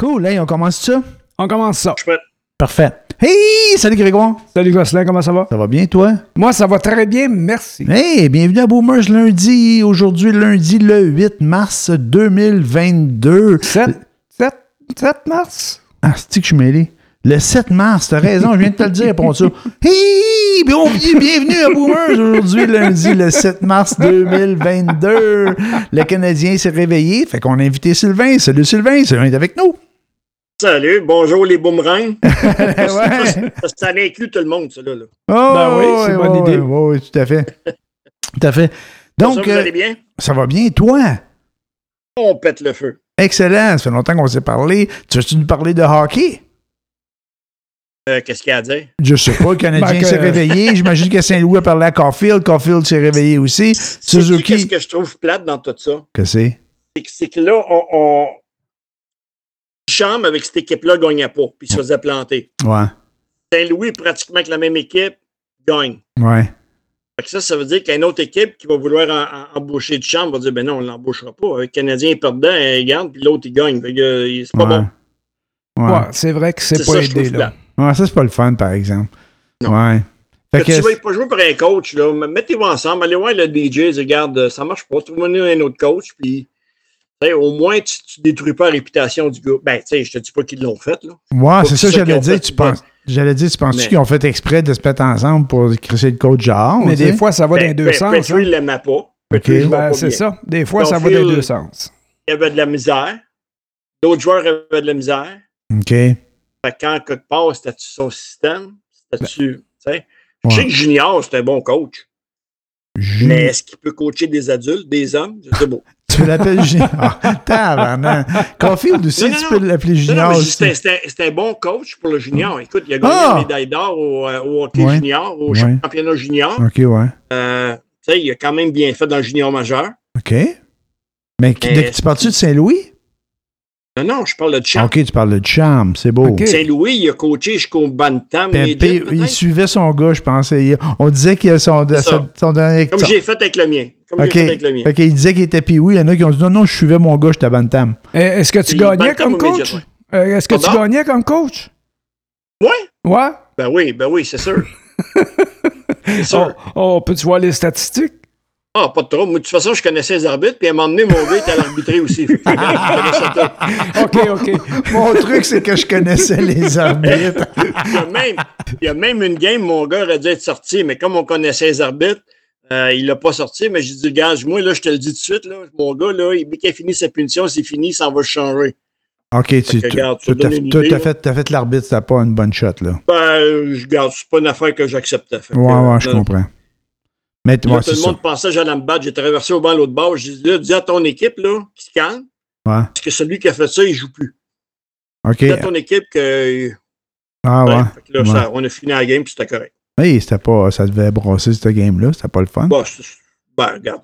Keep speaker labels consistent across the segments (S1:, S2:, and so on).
S1: Cool, hey, on commence ça?
S2: On commence ça.
S3: Je suis prêt.
S1: Parfait. Hey, salut Grégoire.
S2: Salut Gosselin, comment ça va?
S1: Ça va bien, toi?
S2: Moi, ça va très bien, merci.
S1: Hey, bienvenue à Boomers lundi. Aujourd'hui, lundi le 8 mars 2022.
S2: 7, 7, 7 mars?
S1: Ah, c'est que je suis mêlé. Le 7 mars, t'as raison, je viens de te le dire, pour ça. Hey, bien- bienvenue à Boomers aujourd'hui, lundi, le 7 mars 2022. Le Canadien s'est réveillé, fait qu'on a invité Sylvain. Salut Sylvain, Sylvain est avec nous.
S3: Salut, bonjour les boomerangs.
S1: Eh ouais.
S3: Ça, ça inclut tout le monde, ça, là. là.
S1: Oh,
S2: Ben oui, c'est une
S1: ouais,
S2: bonne
S1: ouais,
S2: idée.
S1: ouais, ouais, tout à fait. tout à fait. Donc,
S3: ça, vous
S1: euh,
S3: allez bien?
S1: ça va bien, toi?
S3: On pète le feu.
S1: Excellent, ça fait longtemps qu'on s'est parlé. Tu veux-tu nous parler de hockey?
S3: Euh, Qu'est-ce qu'il y a à dire?
S1: Je sais pas, le Canadien
S2: Ben que-
S1: s'est réveillé. J'imagine que Saint-Louis a parlé à Caulfield. Caulfield s'est réveillé aussi.
S3: C'est-
S1: Suzuki.
S3: Qu'est-ce que je trouve plate dans tout ça?
S1: Que c'est?
S3: C'est que- C'est que là, on, on chambre avec cette équipe-là gagnait pas, puis il se faisait planter.
S1: Ouais,
S3: Saint-Louis, pratiquement avec la même équipe, gagne.
S1: ouais.
S3: Fait que ça, ça veut dire qu'il y a une autre équipe qui va vouloir en- en- embaucher de chambre, va dire ben non, on ne l'embauchera pas. Le Canadien est perdant, il gagne, puis l'autre, il gagne. Fait que, euh, C'est pas
S1: ouais.
S3: bon.
S1: Ouais.
S2: Ouais, c'est vrai que c'est
S3: C'est
S2: pas
S3: ça, je
S2: aidé,
S3: trouve
S2: là.
S3: plate.
S1: Ouais, ça, c'est pas le fun, par exemple.
S3: Non.
S1: Ouais. Fait
S3: Que tu
S1: que-
S3: ne pas jouer par un coach, là. mais Mettez-vous ensemble, allez voir le DJ, dis, regarde, euh, ça marche pas, trouvez-nous un autre coach, puis tu sais, au moins tu, tu détruis pas la réputation du gars. Ben, tu sais, je te dis pas qu'ils l'ont fait, là.
S1: Ouais, c'est
S3: Pas
S1: ça que
S3: ça qu'ils
S1: j'allais
S3: ont
S1: dire.
S3: fait,
S1: Tu
S3: mais-
S1: penses, j'allais dire, tu penses-tu
S3: Mais-
S1: qu'ils ont fait exprès de se mettre ensemble pour crisser le coach genre?
S2: Mais
S1: tu
S2: des
S1: sais?
S2: fois, ça va dans les
S3: Ben,
S2: deux
S3: ben,
S2: sens.
S3: Petrie
S2: hein.
S3: ne l'aimait pas.
S1: OK.
S3: Petrie jouait
S2: Ben,
S3: pas
S2: c'est
S3: bien.
S2: ça. Des fois,
S3: Ils
S2: ça
S3: ont
S2: va dans les
S3: fait-
S2: deux sens.
S3: Il y avait de la misère. D'autres joueurs avaient de la misère.
S1: OK.
S3: Fait que quand quelque part, c'était-tu son système?
S2: Ben.
S3: C'était-tu. tu sais?
S1: Ouais.
S3: Je sais que Junior, c'est un bon coach.
S1: Ju-
S3: Mais est-ce qu'il peut coacher des adultes, des hommes? Je sais pas.
S1: Tu l'appelles Junior. Ah, tabarnak. Caulfield aussi,
S3: Non, non,
S1: tu
S3: non.
S1: peux l'appeler
S3: Non, non,
S1: Junior.
S3: mais
S1: aussi.
S3: c'est un- c'est un- c'est un bon coach pour le junior. Écoute, il a gagné
S1: Ah!
S3: la médaille d'or au, euh, au hockey
S1: Ouais.
S3: junior, au
S1: Ouais.
S3: championnat junior.
S1: OK, ouais.
S3: Euh, tu sais, il a quand même bien fait dans le junior majeur.
S1: OK. Mais qui- de-
S3: Mais-
S1: tu parles-tu de Saint-Louis?
S3: Non, non, je parle de champ.
S1: OK, tu parles de Cham, c'est beau.
S2: OK.
S3: Saint-Louis, il a coaché jusqu'au Bantam.
S1: Pépé,
S3: Midget,
S1: il
S3: peut-être.
S1: suivait son gars, je pensais. Il- on disait qu'il a son,
S3: C'est ça.
S1: son, son dernier.
S3: Comme j'ai fait avec le mien. Comme
S1: OK.
S3: j'ai fait avec le mien.
S1: Fait qu'il disait qu'il était pis oui. Il y en a qui ont dit non, non, je suivais mon gars, j'étais à Bantam.
S2: Eh, Est-ce que tu
S3: Il
S2: gagnais
S3: bantam
S2: comme
S3: au midget,
S2: coach? Euh, Est-ce que tu
S3: Pardon?
S2: gagnais comme coach?
S3: Ouais.
S2: Ouais?
S3: Ben oui, ben oui, c'est sûr. c'est
S2: Oh,
S3: sûr.
S2: oh, peux-tu voir les statistiques?
S3: Ah, pas de trop. Moi, de toute façon, je connaissais les arbitres, puis à un moment donné, mon gars était à l'arbitrer aussi. Fait que, je connaissais tout.
S2: OK, OK.
S1: Mon truc, c'est que je connaissais les arbitres.
S3: Il y, a même, il y a même une game, mon gars aurait dû être sorti, mais comme on connaissait les arbitres, euh, il l'a pas sorti, mais j'ai dit, gage, moi, là, je te le dis tout de suite, là, mon gars, là, il- dès qu'il a fini sa punition, c'est fini, il s'en va changer.
S1: OK, tu tu-
S3: regarde,
S1: tu-
S3: ça donne une
S1: t'as-
S3: idée,
S1: t'as
S3: là.
S1: fait, t'as fait l'arbitre, t'as pas une bonne shot, là.
S3: Ben, je garde, c'est pas une affaire que j'accepte. Fait que,
S1: Ouais,
S3: euh,
S1: ouais, je
S3: non.
S1: comprends. Mais
S3: Là,
S1: ouais,
S3: tout
S1: c'est
S3: le
S1: ça.
S3: monde pensait que j'allais me battre. J'ai traversé au banc l'autre bord. J'ai dit, là, dis à ton équipe, là, qui se calme,
S1: Ouais.
S3: parce que celui qui a fait ça, il joue plus.
S1: OK.
S3: Dis à ton équipe que.
S1: Ah, ouais.
S3: Ouais, fait que là,
S1: ouais.
S3: ça, on a fini la game, puis c'était correct.
S1: Hey, c'était pas, ça devait brasser cette game-là, c'était pas le fun.
S3: Bon, c'est- ben, regarde,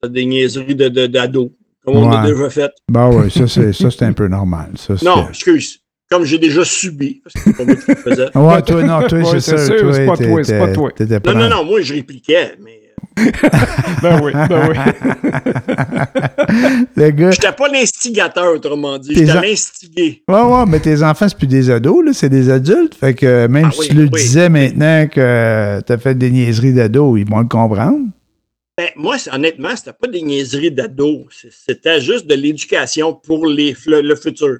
S3: c'était des niaiseries de- de- d'ados, comme on a
S1: Ouais.
S3: déjà fait.
S1: Bah oui, ça c'est, ça c'est un peu normal. Ça, c'est-
S3: Non, excuse. Comme j'ai déjà subi. Parce que c'est pas moi qui le faisais.
S1: Ouais, toi, non, toi,
S2: Ouais,
S1: c'est,
S2: c'est
S1: ça.
S2: sûr,
S1: toi,
S2: c'est pas toi, c'est pas
S1: t'étais-
S2: toi.
S1: t'étais pas
S3: Non, non,
S1: dans-
S3: non, moi, je répliquais. Mais euh,
S2: Ben oui, ben oui.
S1: Le gars.
S3: j'étais pas l'instigateur, autrement dit.
S1: Tes
S3: J'étais
S1: en-
S3: l'instigué.
S1: Ouais, ouais, mais tes enfants, c'est plus des ados, là, c'est des adultes. Fait que euh, même
S3: Ah
S1: si
S3: oui,
S1: tu le
S3: oui.
S1: disais maintenant que t'as fait des niaiseries d'ados, ils vont le comprendre.
S3: Ben, moi, c'est- honnêtement, c'était pas des niaiseries d'ados. C'est- C'était juste de l'éducation pour les, le, le futur.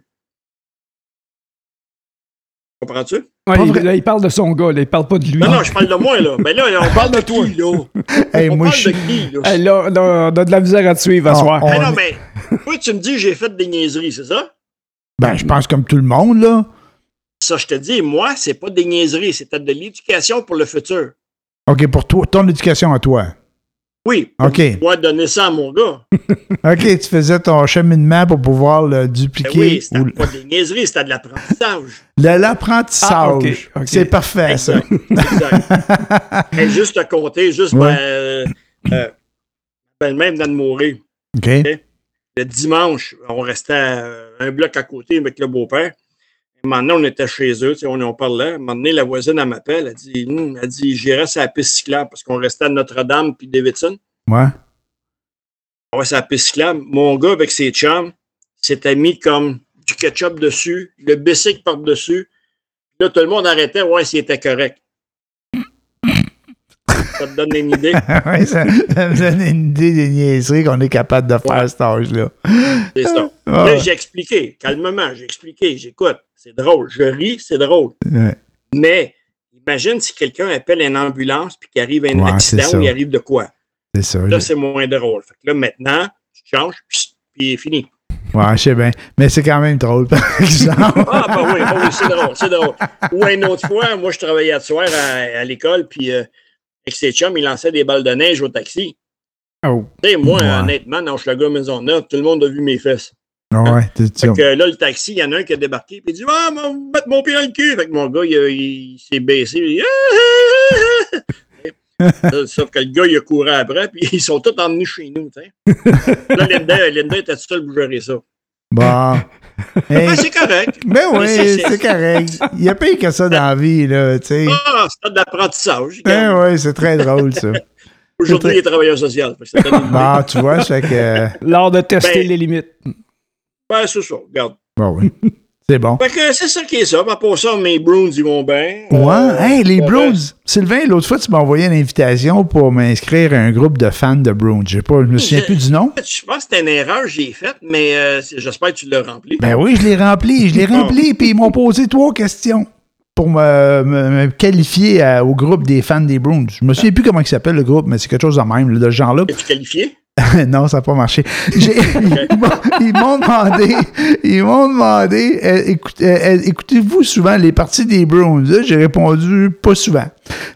S3: Comprends-tu?
S1: Pas
S2: Ouais, il,
S1: vrai.
S2: là, il parle de son gars, là, il parle pas de lui.
S3: Non, non, je parle de moi, là. Mais là, on parle de toi. Qui, là?
S1: Hey,
S3: on
S1: moi,
S3: parle
S1: je-
S3: de qui, là?
S2: Hey, là, là, on a de la misère à te suivre à
S1: On-
S2: soir.
S1: on-
S3: Ben non, mais toi, tu me dis j'ai fait des niaiseries, c'est ça?
S1: Ben, je pense comme tout le monde, là.
S3: Ça, je te dis, moi, c'est pas des niaiseries, c'était de l'éducation pour le futur.
S1: OK, pour toi, ton éducation à toi.
S3: Oui, pour
S1: OK.
S3: pouvoir donner ça à mon gars.
S1: OK, tu faisais ton cheminement pour pouvoir le
S3: Ben
S1: dupliquer.
S3: oui, c'était
S1: ou-
S3: pas des niaiseries, c'était de l'apprentissage.
S1: Le- l'apprentissage.
S2: Ah, OK, OK.
S1: C'est parfait, Ben, ça.
S3: Exact. exact. Et juste à compter, juste
S1: Ouais.
S3: ben, euh, euh, ben, même dans le mourir.
S1: OK.
S3: Le dimanche, on restait à un bloc à côté avec le beau-père. Maintenant, on était chez eux, tu sais, on en parlait. Maintenant, la voisine, elle m'appelle, elle dit, Hum, elle dit, j'irai sur la piste cyclable parce qu'on restait à Notre-Dame puis Davidson.
S1: Ouais.
S3: Ouais, c'est la piste cyclable. Mon gars, avec ses chums, s'était mis comme du ketchup dessus, le bicycle par-dessus. Là, tout le monde arrêtait, ouais, c'était correct. Ça te donne une idée.
S1: Ah Ouais, ça, ça me donne une idée des niaiseries qu'on est capable de faire à cet âge-là.
S3: C'est ça.
S1: Ah
S3: Là,
S1: ouais.
S3: j'ai expliqué, calmement, j'ai expliqué, j'écoute, c'est drôle, je ris, c'est drôle.
S1: Ouais.
S3: Mais imagine si quelqu'un appelle une ambulance puis qu'il arrive un
S1: Ouais, c'est
S3: accident
S1: ça.
S3: ou il arrive de quoi.
S1: C'est ça.
S3: Là,
S1: je-
S3: c'est moins drôle. Fait que là, maintenant, tu changes, pss, puis fini.
S1: Ouais, je sais bien. Mais c'est quand même drôle, par exemple.
S3: Ah, ben oui, ben oui, c'est drôle, c'est drôle. Ou une autre fois, moi, je travaillais à soir à, à l'école, puis euh, avec ses chums, il lançait des balles de neige au taxi.
S2: Oh.
S3: Tu sais, moi,
S1: Ouais.
S3: honnêtement, dans Hochelaga Maisonneuve, tout le monde a vu mes fesses.
S1: Ah ouais, c'est
S3: Fait
S1: sûr.
S3: que là, le taxi, il y en a un qui a débarqué, puis il dit Ah, moi, vous mettre mon pied dans le cul. Fait que mon gars, il, a- il s'est baissé. il dit, Ah, ah, ah, ah. Sauf que le gars, il a couru après, puis ils sont tous emmenés chez nous. tu sais. là, Linda, Linda était toute seule pour gérer ça.
S1: Bon. Hey,
S3: Ah, c'est correct.
S1: ben oui,
S3: c'est- c'est-
S1: c'est correct. Il n'y a pire que ça dans la vie, là, tu sais.
S3: Ah, c'est de l'apprentissage.
S1: Ben oui, c'est très drôle, ça.
S3: Aujourd'hui, il est travailleur social. Fait que ça donne une idée.
S1: Bon, tu vois, ça fait que.
S2: L'art de tester
S3: Ben-
S2: les limites.
S3: Ben, c'est ça, regarde.
S1: Bon, oui. C'est bon.
S3: Fait que c'est ça qui est ça. Par rapport à ça, mes Browns, ils vont bien. Euh,
S1: Ouais, hey, les
S3: ouais,
S1: Browns. Sylvain, l'autre fois, tu m'as envoyé une invitation pour m'inscrire à un groupe de fans de Browns. Je sais pas, je me souviens
S3: Je-
S1: plus du nom.
S3: ben, Je pense que c'était une erreur que j'ai faite, mais euh, c'est- j'espère que tu l'as rempli.
S1: Ben oui, je l'ai rempli, je l'ai rempli, puis ils m'ont posé trois questions pour me, me- me qualifier à- au groupe des fans des Browns. Je me souviens plus comment il s'appelle le groupe, mais c'est quelque chose de même, là, de ce genre-là.
S3: Es-tu qualifié?
S1: non, ça n'a pas marché. J'ai- ils m'ont- ils m'ont demandé, ils m'ont demandé, euh, écoute- euh, euh, écoutez-vous souvent les parties des Browns? Là, J'ai répondu, pas souvent.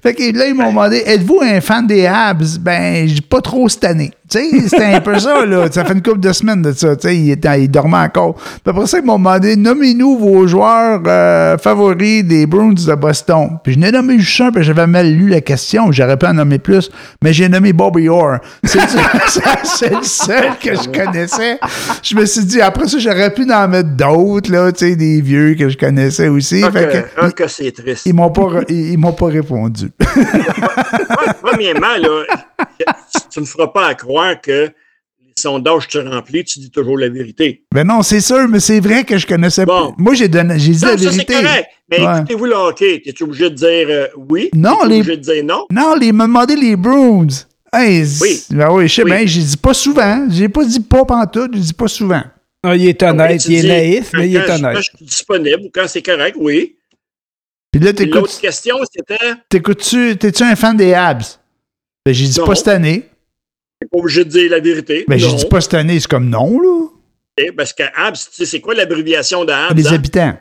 S1: Fait que là, ils m'ont demandé, êtes-vous un fan des Habs? Ben, j'ai pas trop cette année. Tu sais, c'était un peu ça, là. Ça fait une couple de semaines de ça. Tu sais, il, était- il dormait encore. Puis après ben, ça, ils m'ont demandé, nommez-nous vos joueurs euh, favoris des Browns de Boston. Puis je n'ai nommé juste un, puis j'avais mal lu la question. J'aurais pu en nommer plus, mais j'ai nommé Bobby Orr. C'est c'est le seul que je connaissais. Je me suis dit, après ça, j'aurais pu en mettre d'autres, là, tu sais, des vieux que je connaissais aussi.
S3: Ah,
S1: Fait
S3: que,
S1: que-
S3: ah, que c'est triste.
S1: ils m'ont pas, re- ils, ils m'ont pas répondu.
S3: Moi, Premièrement, là, tu- tu ne me feras pas à croire que les sondages que tu remplis, tu dis toujours la vérité.
S1: Ben non, c'est sûr, mais c'est vrai que je connaissais
S3: Bon.
S1: pas. Moi, j'ai donné, j'ai dit
S3: Non,
S1: la
S3: ça, c'est
S1: vérité.
S3: correct. Ben, Mais
S1: Ouais.
S3: écoutez-vous le hockey. Es-tu obligé de dire euh, oui?
S1: Non,
S3: T'es-tu
S1: les-
S3: obligé de dire non?
S1: Non, les, me demander les Browns. Hey,
S3: Oui.
S1: oui. Ben oui, je sais
S3: Oui.
S1: bien, j'ai dit pas souvent. J'ai pas dit pas pantoute, j'ai dit pas souvent.
S2: Ah, il est honnête,
S3: Tu
S2: il est
S3: dis,
S2: naïf, mais il est
S3: quand je- Quand
S2: honnête.
S3: je suis disponible ou quand c'est correct, oui.
S1: Puis là,
S3: Puis L'autre
S1: t'écoutes-
S3: question, c'était
S1: t'écoutes-tu, t'es-tu un fan des Habs? Ben, j'ai dit
S3: Non.
S1: pas cette année.
S3: t'es pas obligé de dire la vérité.
S1: Ben, j'ai
S3: Non.
S1: dit pas cette année, c'est comme non, là.
S3: Eh, Parce que Habs, tu sais, c'est quoi l'abréviation de Habs?
S1: Les
S3: hein?
S1: habitants.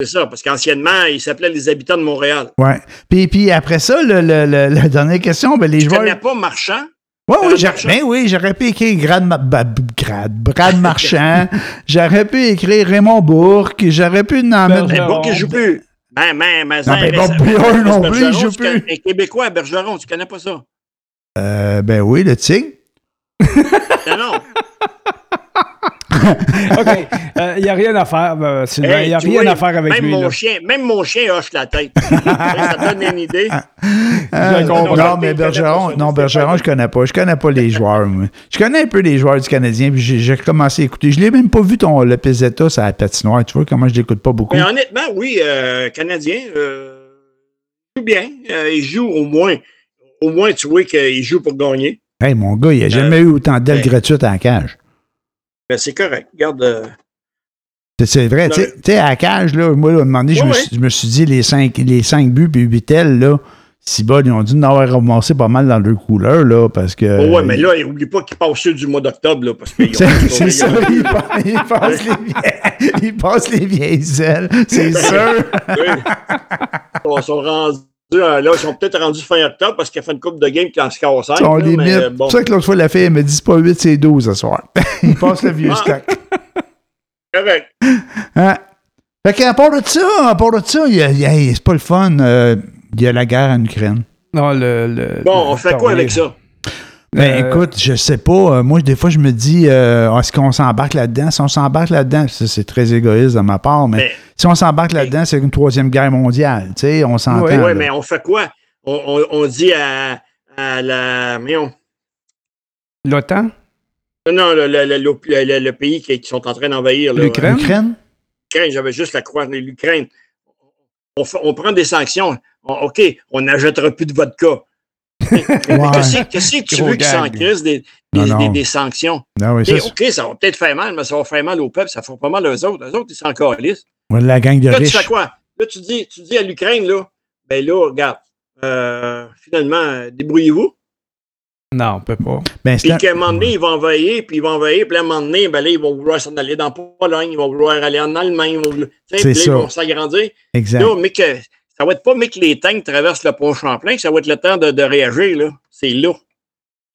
S3: C'est ça, parce qu'anciennement, ils s'appelaient les habitants de Montréal.
S1: Ouais. Puis, puis après ça, le, le- le- la dernière question, ben, les
S3: Je
S1: joueurs.
S3: connais pas Marchand.
S1: Ouais,
S3: Brad
S1: oui, j'aurais-
S3: Marchand.
S1: ben oui, j'aurais pu écrire Grad, Ma- Ba- B- Grad, Brad Marchand, j'aurais pu écrire Raymond Bourque, j'aurais pu en mettre.
S3: Mais
S2: Ben,
S3: bon,
S2: on-
S3: qu'il joue plus. Ben, ben, mais
S1: Non, mais bon, plus un non plus, il joue plus.
S3: Un Québécois à Bergeron, tu connais pas ça?
S1: Euh, ben oui, le Tigre.
S3: Non, non.
S2: OK. Euh, Il n'y a rien à faire, ben, Sylvain. Il
S3: Hey,
S2: n'y a
S3: tu
S2: rien
S3: vois,
S2: à faire avec
S3: même
S2: lui.
S3: Mon
S2: là.
S3: Chien, même mon chien hoche la tête. ça donne une idée.
S1: Ah,
S2: comprends.
S1: non, mais
S3: Il connaît pas
S1: Bergeron,
S3: ça,
S1: non,
S3: c'est
S1: Bergeron,
S3: pas-
S1: je connais pas. Je connais pas les joueurs, moi. Je connais un peu les joueurs du Canadien, puis j'ai- j'ai commencé à écouter. Je l'ai même pas vu ton Lopez Zeta sur la patinoire. Tu vois comment je l'écoute pas beaucoup.
S3: Mais honnêtement, oui, euh, Canadien euh, il joue bien. Euh, il joue au moins. Au moins, tu vois qu'il joue pour gagner.
S1: Hey, mon gars, il a jamais eu autant d'ailes
S3: ben,
S1: gratuites en cage.
S3: Ben, c'est correct. Regarde. euh,
S1: C'est- C'est vrai,
S3: Non,
S1: tu sais- tu sais, à la cage, là, moi, là, à un moment donné, je,
S3: Ouais,
S1: me
S3: ouais.
S1: suis, je me suis dit, les cinq, les cinq buts puis 8 ailes, là, si bas, ils ont dû en avoir ramassé pas mal dans deux couleurs, là, parce que...
S3: oh, ouais, mais là, n'oublie pas qu'il passe ceux du mois d'octobre, là, parce qu'ils ont-
S1: Euh, C'est
S3: ils
S1: c'est
S3: ont-
S1: ça, ils passent, ils passent les vieilles, ils passent les vieilles ailes, c'est sûr.
S3: Oui. Ils sont rendus, euh, là, ils sont peut-être rendus fin octobre parce qu'il a fait une coupe de game qui en score 5.
S1: On les
S3: mais,
S1: met.
S3: euh,
S1: C'est
S3: bon,
S1: pour ça que l'autre fois, la fille, elle me dit c'est pas 8, c'est 12 ce soir. ils passent le vieux
S3: Ah.
S1: stock.
S3: correct.
S1: Hein? Fait qu'à part de ça, à part de ça, il y a- il y a- c'est pas le fun, euh, il y a la guerre en Ukraine.
S2: Non, le, le-
S3: Bon, on
S2: le-
S3: fait quoi avec ça?
S1: Ben
S2: Euh,
S1: écoute, je sais pas. Euh, Moi, des fois, je me dis, euh, est-ce qu'on s'embarque là-dedans? Si on s'embarque là-dedans, ça, c'est très égoïste de ma part, mais,
S3: Mais-
S1: si on s'embarque
S3: ben.
S1: là-dedans, c'est une troisième guerre mondiale. Tu sais, on s'entend.
S2: Ouais,
S3: Oui,
S1: là.
S3: mais on fait quoi? On, on- on dit à, à la. mais on-
S2: L'OTAN?
S3: non, non, le, le- le- le- le- le pays qui, qui sont en train d'envahir. là,
S2: L'Ukraine?
S1: L'Ukraine?
S3: l'Ukraine, j'avais juste la croix de l'Ukraine. On, fait- on prend des sanctions. On- OK, on n'achètera plus de vodka.
S1: Ouais.
S3: Qu'est-ce qu'est-ce que tu
S2: Gros
S3: veux qu'ils s'en
S2: gag.
S3: crissent des,
S1: Non,
S3: des-
S1: non.
S3: des- des sanctions?
S1: Non, Ah oui, ça,
S3: Et
S1: c'est-
S3: OK, ça va peut-être faire mal, mais ça va faire mal au peuple, ça fera pas mal aux autres. Les autres, ils s'en calissent.
S1: ouais, la gang de
S3: Là, tu
S1: riches.
S3: fais quoi? Là, tu dis, tu dis à l'Ukraine, là, ben là, regarde, euh, finalement, euh, débrouillez-vous.
S2: Non, on peut pas.
S1: Ben, c'est
S3: Puis
S1: la-
S3: qu'à un moment donné, ils vont envahir, puis ils vont envahir, puis à un moment donné, ben là, ils vont vouloir s'en aller dans Pologne, ils vont vouloir aller en Allemagne, ils vont vouloir- tu sais,
S1: C'est
S3: puis là,
S1: ça.
S3: ils vont s'agrandir.
S1: Exact.
S3: Là, mais que, ça va être pas mais que les tanks traversent le pont Champlain, que ça va être le temps de, de réagir, là. C'est là.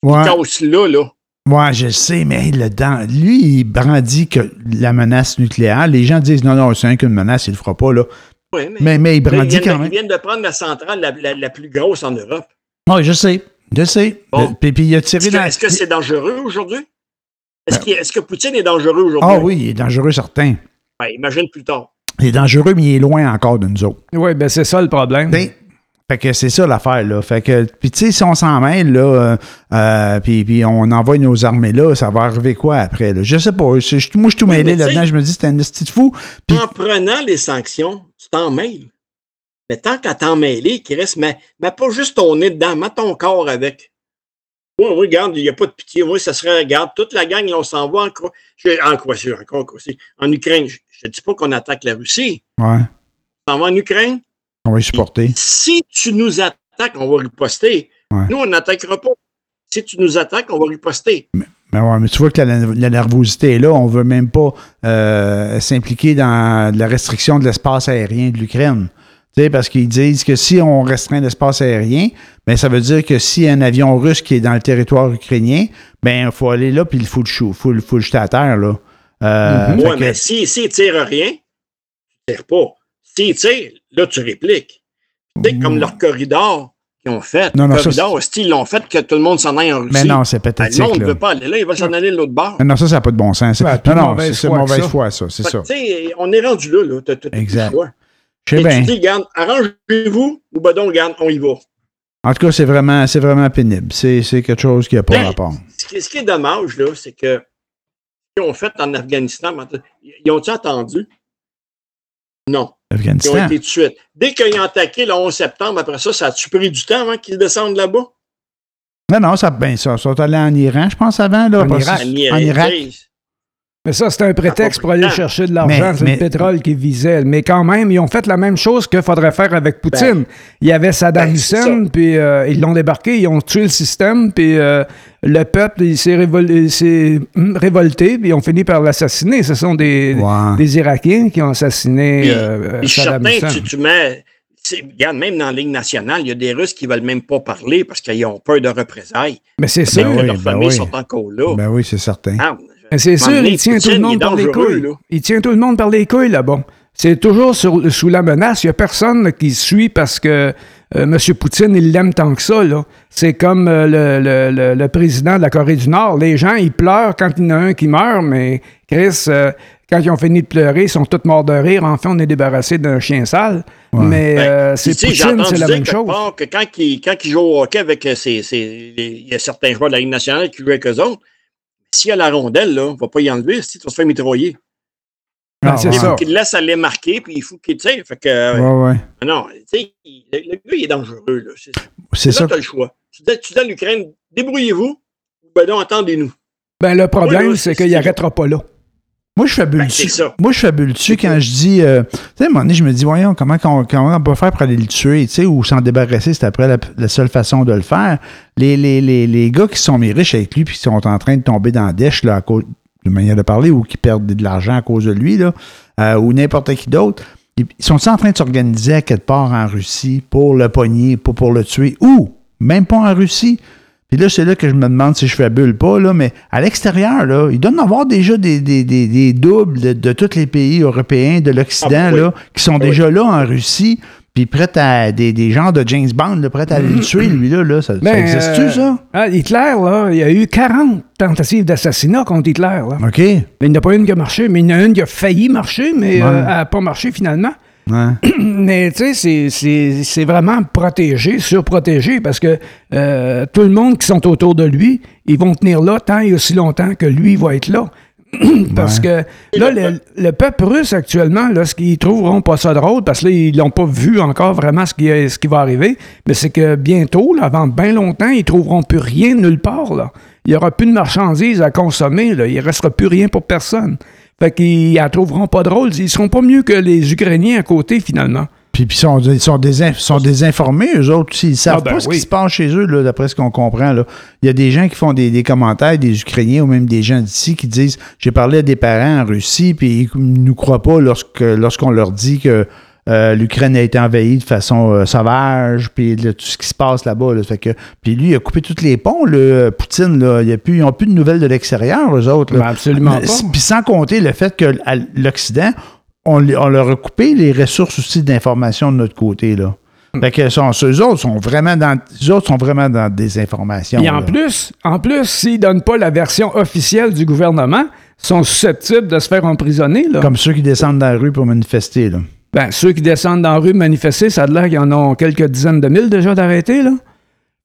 S1: Ouais.
S3: Casse là, là.
S1: Ouais, je le sais, mais le dans, lui, il brandit que la menace nucléaire. Les gens disent non, non, c'est rien qu'une menace, il le fera pas, là.
S3: Ouais,
S1: Mais, mais il
S3: Là, Ils
S1: brandit
S3: viennent,
S1: quand
S3: de,
S1: même.
S3: ils viennent de prendre la centrale la, la- la plus grosse en Europe.
S1: Oui, je sais. Je sais.
S3: Bon.
S1: Puis, puis il a
S3: Est-ce
S1: tiré
S3: que
S1: dans.
S3: est-ce que c'est dangereux aujourd'hui? Est-ce qu'il- est-ce que Poutine est dangereux aujourd'hui?
S1: Ben Ah oui, il est dangereux, certain.
S3: Ouais, imagine plus tard.
S1: Il est dangereux, mais il est loin encore de nous autres.
S2: Oui, ben c'est ça le problème.
S3: Mm.
S1: Ben, Fait que c'est ça l'affaire, là. Fait que, puis tu sais, si on s'en mêle, là, euh, euh, puis, puis on envoie nos armées là, ça va arriver quoi après, là? Je sais pas. Je- je- moi, je suis tout
S3: Oui,
S1: mêlé
S3: mais tu sais-
S1: là-dedans. Je me dis, c'est un petit fou. Puis-
S3: en prenant les sanctions, tu t'en mêles. Mais tant qu'à t'en mêler, qu'il reste, mais, mais pas juste ton nez dedans, mets ton corps avec. Oui, oui, regarde, il n'y a pas de pitié. Moi, ça serait, regarde, toute la gang, là, on s'en va en Cro- je- en Croatie, en Croatie, en Ukraine. Je ne dis pas qu'on attaque la Russie.
S1: Ouais,
S3: On s'en va en Ukraine.
S1: on va y supporter.
S3: Si tu nous attaques, on va riposter.
S1: Ouais.
S3: Nous, on n'attaquera pas. Si tu nous attaques, on va riposter.
S1: Mais Ben ouais, mais tu vois que la, la nervosité est là. On veut même pas euh, s'impliquer dans la restriction de l'espace aérien de l'Ukraine. Tu sais, parce qu'ils disent que si on restreint l'espace aérien, ben ça veut dire que si un avion russe qui est dans le territoire ukrainien, ben il faut aller là puis il faut le, chou- faut, le- faut le jeter à terre là. Euh, fait
S3: Oui,
S1: que-
S3: Mhm. mais si, si ne tirent rien, tu ne tires pas. S'ils tirent, là, tu répliques. Tu sais, comme leur corridor qu'ils ont fait.
S1: Mm. Non, non,
S3: le
S1: ça,
S3: corridor, si ils l'ont fait, que tout le monde s'en aille en Russie.
S1: mais non, c'est
S3: Ben, le monde
S1: pathétique.
S3: ne
S1: là.
S3: veut pas aller là, il va s'en aller de l'autre bord.
S1: Non, ça, ça n'a pas de bon sens.
S2: Ben,
S1: non,
S2: plus
S1: non,
S2: mauvaise
S1: c'est c'est
S2: foi que
S1: mauvaise
S2: ça.
S1: foi, ça, c'est
S3: Fait que,
S1: ça.
S3: tu sais, on est rendu là, là. T'as- t'as- t'as
S1: Exact.
S3: plus le choix.
S1: Je sais
S3: Et
S1: bien.
S3: tu dis, regarde, arrangez-vous ou ben donc, regarde, on y va.
S1: En tout cas, c'est vraiment, c'est vraiment pénible. C'est c'est quelque chose qui n'a pas
S3: Ben,
S1: rapport.
S3: Ce qui, ce qui est dommage, là, c'est que ce qu'ils ont fait en Afghanistan, maintenant, ils ont-ils attendu? Non. Ils ont
S1: Afghanistan.
S3: été tout de suite. Dès qu'ils ont attaqué le 11 septembre, après ça, ça a-tu pris du temps avant qu'ils descendent là-bas?
S1: Non, non, ça, ben, ça, ils sont allés en Iran, je pense, avant. Là,
S2: En
S1: Après ça,
S2: Irak.
S3: En
S1: En Irak.
S3: tu sais.
S2: Mais ça, c'est un prétexte pour
S3: Ah,
S2: aller chercher de l'argent.
S1: Mais-
S2: C'est
S1: mais-
S2: le pétrole qui visait. Mais quand même, ils ont fait la même chose qu'il faudrait faire avec Poutine. il y avait Saddam
S3: ben, c'est
S2: Hussein, puis euh, ils l'ont débarqué, ils ont tué le système, puis euh, le peuple il s'est révol- il s'est, hum, révolté, puis ils ont fini par l'assassiner. Ce sont des,
S1: Ouais.
S2: des Irakiens qui ont assassiné
S3: Puis-
S2: euh,
S3: Puis je suis
S2: Saddam
S3: certain,
S2: Hussein.
S3: tu, tu mets. c'est- Regarde, même dans la Ligue nationale, il y a des Russes qui ne veulent même pas parler parce qu'ils ont peur de représailles.
S2: Mais c'est
S1: Ben
S2: sûr,
S3: Même
S1: oui,
S3: que leurs
S1: ben
S3: familles
S1: oui.
S3: sont encore là.
S1: Ben oui, c'est certain.
S3: Oh. Ah,
S2: Mais Ben, c'est
S3: M'emmener
S2: sûr, il tient tout
S3: Poutine,
S2: le
S3: il est
S2: monde par les
S3: dangereux,
S2: couilles.
S3: là.
S2: Il tient tout le monde par les couilles là-bas. C'est toujours sur- sous la menace. Il n'y a personne qui suit parce que euh, M. Poutine, il l'aime tant que ça. là. C'est comme euh, le, le- le- le président de la Corée du Nord. Les gens, ils pleurent quand il y en a un qui meurt, mais Chris, euh, quand ils ont fini de pleurer, ils sont tous morts de rire. Enfin, on est débarrassé d'un chien sale. Mais
S3: Ben,
S2: euh,
S3: tu
S2: c'est
S3: sais, j'ai
S2: Poutine,
S3: entendu
S2: c'est la
S3: dire
S2: même
S3: quelque
S2: chose.
S3: part que quand ils quand ils jouent au hockey avec euh, ses- ses- les- il y a certains joueurs de la Ligue nationale qui jouent avec eux autres, s'il y a la rondelle, là, on ne va pas y enlever, si tu vas se faire mitrailler.
S2: Ben,
S1: Ah,
S2: c'est
S1: ouais.
S3: Il faut
S2: ça.
S3: qu'il le laisse aller marquer, puis il faut qu'il tire. Fait que, euh,
S1: Ouais, ouais.
S3: Non, tu sais, il- le, le gars, il est dangereux. Là. C'est,
S1: C'est
S3: là
S1: ça.
S3: que tu as le choix. Tu dis, tu dis à l'Ukraine, débrouillez-vous, ou ben non, attendez-nous.
S2: Ben, le
S3: Oui,
S2: problème,
S3: oui,
S2: c'est
S3: c'est-
S2: qu'il
S3: c'est-
S2: n'arrêtera pas là.
S1: Moi, je fabule
S3: Ben, c'est
S1: dessus.
S3: ça.
S1: Moi, je fabule dessus quand je dis. euh, tu sais, à un moment donné, je me dis, voyons, comment, qu'on- comment on peut faire pour aller le tuer, tu sais, ou s'en débarrasser, c'est après la, la seule façon de le faire. Les, les, les, les gars qui sont mis riches avec lui, puis qui sont en train de tomber dans la dèche, là, à cause de manière de parler, ou qui perdent de l'argent à cause de lui, là, euh, ou n'importe qui d'autre, ils ils sont en train de s'organiser à quelque part en Russie pour le pogner, pas pour le tuer, ou même pas en Russie. Puis là, c'est là que je me demande si je fabule pas, là, mais à l'extérieur, là, il doit en avoir déjà des, des, des, des doubles de, de tous les pays européens de l'Occident,
S3: Ah, oui.
S1: là, qui sont déjà là en Russie, puis prêts à des, des gens de James Bond, là, prêts à aller le tuer, lui, là, là. Ça, ça
S2: Ben,
S1: existe-tu,
S2: euh,
S1: ça?
S2: ah, Hitler, là, il y a eu 40 tentatives d'assassinat contre Hitler. Là.
S1: OK. Ouais.
S2: Mais il n'y en a pas une qui a marché, mais il y en a une qui a failli marcher, mais euh, elle n'a pas marché finalement. Mais tu sais, c'est- c'est- c'est vraiment protégé, surprotégé, parce que euh, tout le monde qui sont autour de lui, ils vont tenir là tant et aussi longtemps que lui va être là. parce que là, le, le peuple russe actuellement, là, ce qu'ils trouveront pas ça drôle, parce que là, ils l'ont pas vu encore vraiment ce qui, est- ce qui va arriver, mais c'est que bientôt, là, avant bien longtemps, ils trouveront plus rien nulle part. Là. Il y aura plus de marchandises à consommer, là. il restera plus rien pour personne. Fait qu'ils la trouveront pas drôle. Ils seront pas mieux que les Ukrainiens à côté, finalement.
S1: Puis, puis sont- ils sont, désin- sont désinformés, eux autres. aussi. Ils ne savent
S2: Ah ben
S1: pas ce
S2: oui.
S1: qui se passe chez eux, là, d'après ce qu'on comprend. Là. Il y a des gens qui font des, des commentaires, des Ukrainiens ou même des gens d'ici qui disent J'ai parlé à des parents en Russie, puis ils ne nous croient pas lorsque, lorsqu'on leur dit que euh, l'Ukraine a été envahie de façon euh, sauvage, puis là, tout ce qui se passe là-bas. là. Fait que, puis lui, il a coupé tous les ponts, le euh, Poutine. Là. Il y a plus, ils n'ont plus de nouvelles de l'extérieur, eux autres. là.
S2: Ben, absolument
S1: Mais-
S2: pas.
S1: Puis sans compter le fait que à l'Occident, on, les- on leur a coupé les ressources aussi d'information de notre côté. Là.
S2: Hmm.
S1: Fait que sont, eux autres sont vraiment dans. eux autres sont vraiment dans des informations.
S2: Et en
S1: là.
S2: plus, en plus, s'ils donnent pas la version officielle du gouvernement, ils sont susceptibles de se faire emprisonner. Là.
S1: Comme ceux qui descendent dans la rue pour manifester. Là.
S2: Ben, ceux qui descendent dans la rue manifester, ça a l'air qu'ils en ont quelques dizaines de mille déjà d'arrêtés, là.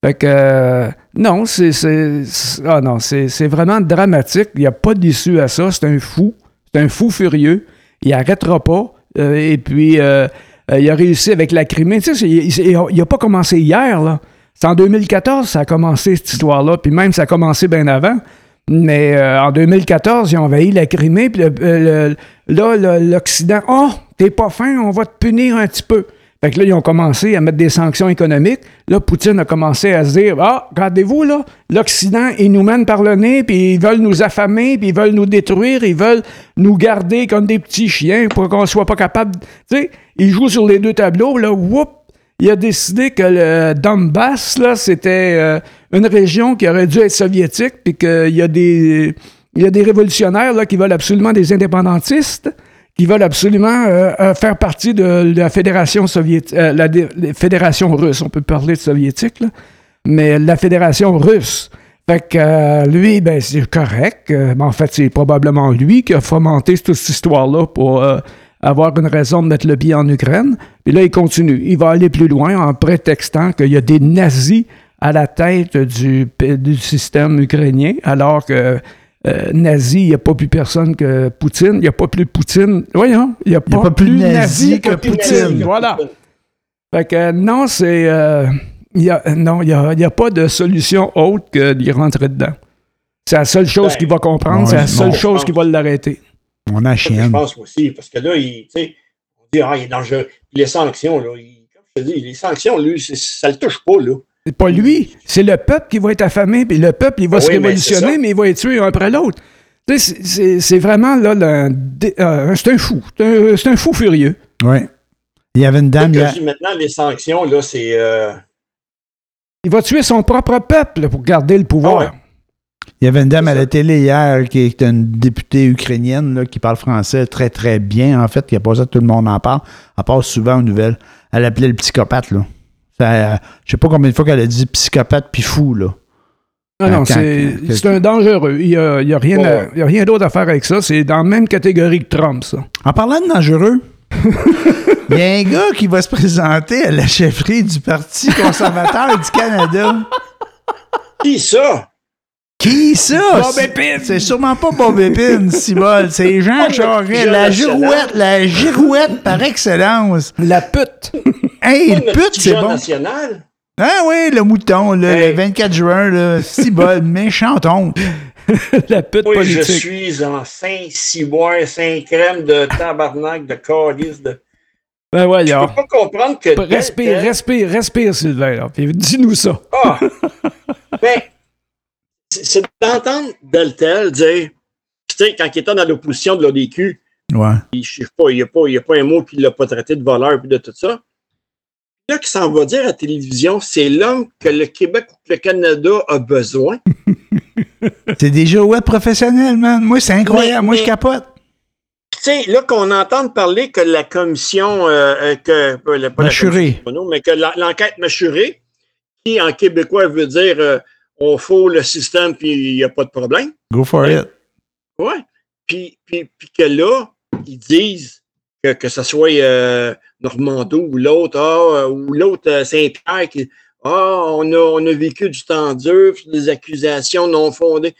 S2: Fait que, euh, non, c'est, c'est- c'est- ah non, c'est, c'est vraiment dramatique. Il n'y a pas d'issue à ça. C'est un fou. C'est un fou furieux. Il n'arrêtera pas. Euh, et puis, euh, euh, il a réussi avec la Crimée. Tu sais, c'est- il- c'est- il n'a pas commencé hier, là. C'est en 2014 ça a commencé, cette histoire-là. Puis même, ça a commencé bien avant. Mais euh, en 2014, ils ont envahi la Crimée. Puis le- euh, le- là, le- l'Occident, oh, t'es pas fin, on va te punir un petit peu. Fait que là, ils ont commencé à mettre des sanctions économiques. Là, Poutine a commencé à se dire Ah, regardez-vous, là, l'Occident, ils nous mènent par le nez, puis ils veulent nous affamer, puis ils veulent nous détruire, ils veulent nous garder comme des petits chiens pour qu'on soit pas capable. Tu sais, ils jouent sur les deux tableaux, là, whoop, il a décidé que le Donbass, là, c'était euh, une région qui aurait dû être soviétique, puis qu'il y a des. Il y a des révolutionnaires là, qui veulent absolument des indépendantistes, qui veulent absolument euh, euh, faire partie de la fédération soviétique, la, dé- la fédération russe. On peut parler de soviétique, là, mais la fédération russe. Fait que euh, lui, ben c'est correct. Euh, ben, en fait, c'est probablement lui qui a fomenté toute cette histoire-là pour euh, avoir une raison de mettre le pied en Ukraine. Puis là, il continue. Il va aller plus loin en prétextant qu'il y a des nazis à la tête du, p- du système ukrainien, alors que euh, nazi, il n'y a pas plus personne que Poutine. Il n'y a pas plus Poutine. Voyons, il n'y a,
S1: pas plus nazi que Poutine.
S2: Voilà. Fait que euh, non, c'est. euh, il y a, non, il n'y a, il y a pas de solution autre que d'y rentrer dedans. C'est la seule chose
S3: Ben,
S2: qu'il va comprendre,
S1: ouais,
S2: c'est la seule
S1: bon.
S2: chose qui va l'arrêter.
S1: On a
S3: Ça que Je
S1: chienne.
S3: pense aussi, parce que là, il, tu sais, on dit, ah, il est dangereux. Puis les sanctions, là, il- comme je te dis, les sanctions, lui, c'est- ça le touche pas, là.
S2: C'est pas lui, c'est le peuple qui va être affamé, puis le peuple, il va
S3: Oui,
S2: se
S3: mais c'est
S2: révolutionner,
S3: ça.
S2: mais il va être tué un après l'autre. Tu sais, C'est c'est- c'est vraiment là, le- un dé- euh, c'est un fou, c'est un- c'est un fou furieux.
S1: Ouais. Il y avait une dame.
S3: Comme
S1: il y
S3: je
S1: a-
S3: dis, maintenant, les sanctions, là, c'est. euh,
S2: Il va tuer son propre peuple pour garder le pouvoir.
S3: Ah
S1: Il y avait une dame à la télé hier qui est une députée ukrainienne là, qui parle français très très bien en fait, qui a pas ça tout le monde en parle, elle passe souvent aux nouvelles. Elle appelait le psychopathe là. Ça, euh, je sais pas combien de fois qu'elle a dit psychopathe puis fou là.
S2: Non, non,
S1: Attends,
S2: c'est
S1: que-
S2: c'est un dangereux. Il n'y a, il y a rien, à-
S3: Ouais.
S2: il y a rien d'autre à faire avec ça. C'est dans la même catégorie que Trump, ça.
S1: En parlant de dangereux, il y a un gars qui va se présenter à la chefferie du Parti conservateur du Canada.
S3: Qui ça?
S1: Qui ça?
S2: Bob
S1: C'est-
S2: Epine.
S1: C'est sûrement pas Bob Épine, Cibol. C'est Jean
S3: mais
S1: Charest,
S3: Jean
S1: la
S3: Charest.
S1: girouette, la girouette par excellence.
S2: La pute.
S1: Hey,
S3: Notre
S1: pute,
S3: petit
S1: c'est
S3: Jean
S1: bon.
S3: national?
S1: Ah oui, le mouton, là,
S3: Hey.
S1: le 24 juin, là, si bol, méchant oncle.
S2: la pute
S3: Oui, je
S2: politique.
S3: suis en Saint-Ciboire, Saint-Crème de tabarnak, de calice. De...
S2: Ben
S3: Je
S2: voyons.
S3: peux pas hein. comprendre que.
S2: Respire, respire, respire, Sylvain. là. Puis dis-nous ça.
S3: Ah! Ben, c'est c'est d'entendre Deltel dire, tu sais, quand il était dans l'opposition de l'ODQ,
S1: Ouais.
S3: il je sais pas, il n'y a, pas- il y a pas un mot qui ne l'a pas traité de voleur et de tout ça. Là, qui s'en va dire à la télévision, c'est l'homme que le Québec ou que le Canada a besoin.
S1: C'est des girouettes professionnelles, man. Moi, c'est incroyable.
S3: Mais-
S1: Moi, je
S3: mais-
S1: capote.
S3: Tu sais, là, qu'on entend parler que la commission, euh, euh, que, pas la- pas la
S1: Mâchuré.
S3: commission Monod, mais que la- l'enquête mâchurée, qui en québécois veut dire euh, on faut le système puis il n'y a pas de problème.
S1: Go for it.
S3: Ouais. Puis, puis, puis que là, ils disent que, que ce soit euh, Normando ou l'autre, ah, euh, ou l'autre euh, Saint-Pierre qui Ah, on a, on a vécu du temps dur, puis des accusations non fondées.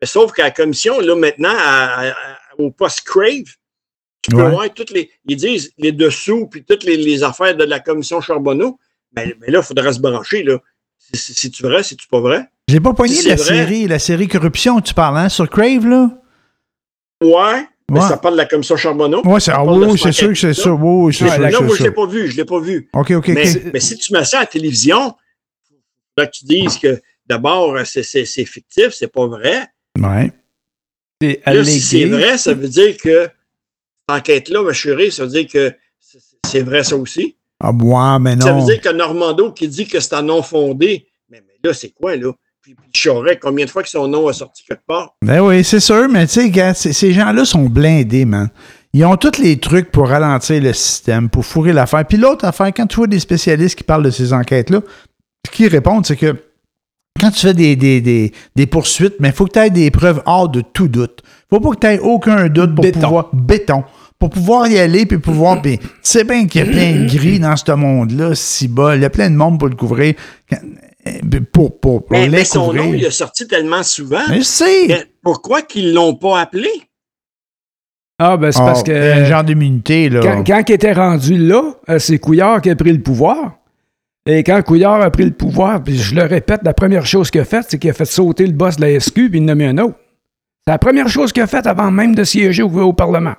S3: Mais sauf qu'à la commission, là, maintenant, à- à- au post-Crave, tu peux
S1: Ouais.
S3: voir toutes les. Ils disent les dessous, puis toutes les, les affaires de la commission Charbonneau. Mais, mais là, il faudra se brancher, là. Si- si- C'est-tu vrai, c'est-tu pas vrai?
S1: J'ai pas poigné
S3: C'est
S1: la
S3: vrai.
S1: série, la série Corruption que tu parles, hein, sur Crave, là?
S3: Ouais, mais
S1: Ouais.
S3: ça parle de la commission Charbonneau.
S1: Ouais, c'est, ah,
S3: parle de
S1: oui,
S3: ce
S1: c'est sûr que c'est
S3: paquet-là.
S1: ça. Oui, oui, c'est
S2: Ouais,
S1: sûr
S2: là,
S1: que
S3: Là, moi,
S1: c'est
S3: je
S1: ça.
S3: l'ai pas vu, je l'ai pas vu.
S1: OK, OK,
S3: Mais,
S1: OK.
S3: mais si tu mets ça à la télévision, faut que tu dises que d'abord, c'est- c'est c'est fictif, c'est pas vrai.
S1: Ouais.
S2: C'est
S3: Là, si c'est
S2: allégué.
S3: vrai, ça veut dire que cette enquête-là, ma chérie, ça veut dire que c'est- c'est vrai ça aussi.
S1: Ah, ouais, mais
S3: Ça veut
S1: non.
S3: dire que Normando qui dit que c'est un nom fondé, mais, mais là, c'est quoi, là? Puis, puis Charest, combien de fois que son nom a sorti quelque part?
S1: Ben oui, c'est sûr, mais tu sais, gars, c- ces gens-là sont blindés, man. Ils ont tous les trucs pour ralentir le système, pour fourrer l'affaire. Puis l'autre affaire, quand tu vois des spécialistes qui parlent de ces enquêtes-là, puis qui répondent, c'est que quand tu fais des, des, des, des poursuites, mais il faut que tu aies des preuves hors de tout doute. faut pas que tu aies aucun doute pour
S2: Béton.
S1: pouvoir. Béton. Pour pouvoir y aller, puis pouvoir. puis tu sais bien qu'il y a plein de gris dans ce monde-là, si bas. Il y a plein de monde pour le couvrir. Quand- eh, Pour, pour, pour
S3: Mais,
S1: les
S3: mais son
S1: couvrir.
S3: nom, il a sorti tellement souvent.
S1: Mais je sais!
S3: Mais pourquoi qu'ils l'ont pas appelé?
S2: Ah, ben, c'est
S1: Oh,
S2: parce que.
S1: il y a un genre d'immunité, là.
S2: Quand, quand il était rendu là, euh, c'est Couillard qui a pris le pouvoir. Et quand Couillard a pris le pouvoir, puis je le répète, la première chose qu'il a faite, c'est qu'il a fait sauter le boss de la SQ, puis il en a mis un autre. C'est la première chose qu'il a faite avant même de siéger au, au Parlement.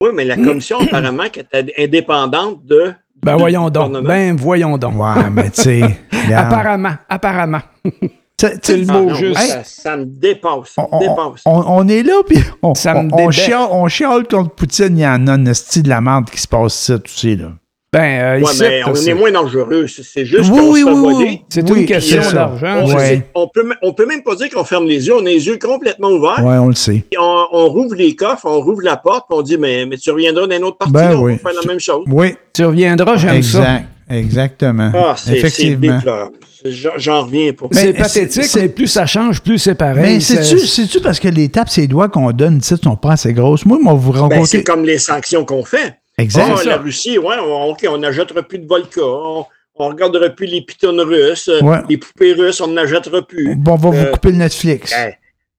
S3: Oui, mais la commission, apparemment, qui était indépendante de.
S2: Ben
S3: du
S2: voyons donc.
S3: gouvernement.
S2: Ben voyons donc.
S1: Ouais, mais tu sais. regarde.
S2: Apparemment, apparemment.
S1: Tu sais- tu sais,
S2: le
S3: Ah
S2: mot
S3: non,
S2: juste.
S3: ça, ça me dépasse. Ça
S1: on,
S3: me
S1: on-
S3: dépasse.
S1: on- on est là, puis on,
S2: Ça me
S1: on- on
S2: débecte.
S1: chiale, on chiale contre Poutine. Il y en a une esti de la merde qui se passe ça, tu sais, là.
S2: Ben, euh,
S3: Ouais,
S2: ici,
S3: mais on
S2: c'est-
S3: est moins dangereux. C'est- C'est juste
S1: Oui,
S3: qu'on
S1: oui,
S3: se fait
S1: oui,
S3: voler.
S1: oui.
S2: c'est
S1: Oui,
S2: une question
S1: c'est ça.
S2: d'argent.
S3: On,
S1: Ouais.
S3: c'est- on peut, m- on peut même pas dire qu'on ferme les yeux. On a les yeux complètement ouverts.
S1: Ouais, on le sait.
S3: Puis on, on rouvre les coffres, on rouvre la porte, puis on dit Mais, mais tu reviendras d'un autre parti,
S1: Ben
S3: là, on
S1: oui.
S3: va faire la même chose.
S1: Oui,
S2: Tu reviendras, j'aime ça.
S1: exact. Exactement.
S3: Ah, c'est c'est
S1: Effectivement.
S3: déplorable. C'est- j'en- J'en reviens pas.
S1: Mais
S2: C'est
S1: c'est-
S2: pathétique,
S1: c'est-
S2: mais plus ça change, plus c'est pareil.
S1: Mais c'est-tu,
S2: Ben, C'est-
S1: c'est-tu parce que les tapes, ces doigts qu'on donne, tu sais, sont pas assez grosses? Moi, moi, vous
S3: Ben,
S1: raconter.
S3: c'est comme les sanctions qu'on fait.
S1: exact.
S3: Ah, la Russie, ouais, on, ok, on n'achètera plus de Volca, on, on regardera plus les pitons russes, euh,
S1: Ouais.
S3: les poupées russes, on n'achètera plus.
S1: Bon, on va vous
S3: Euh,
S1: couper le Netflix.
S3: Hey,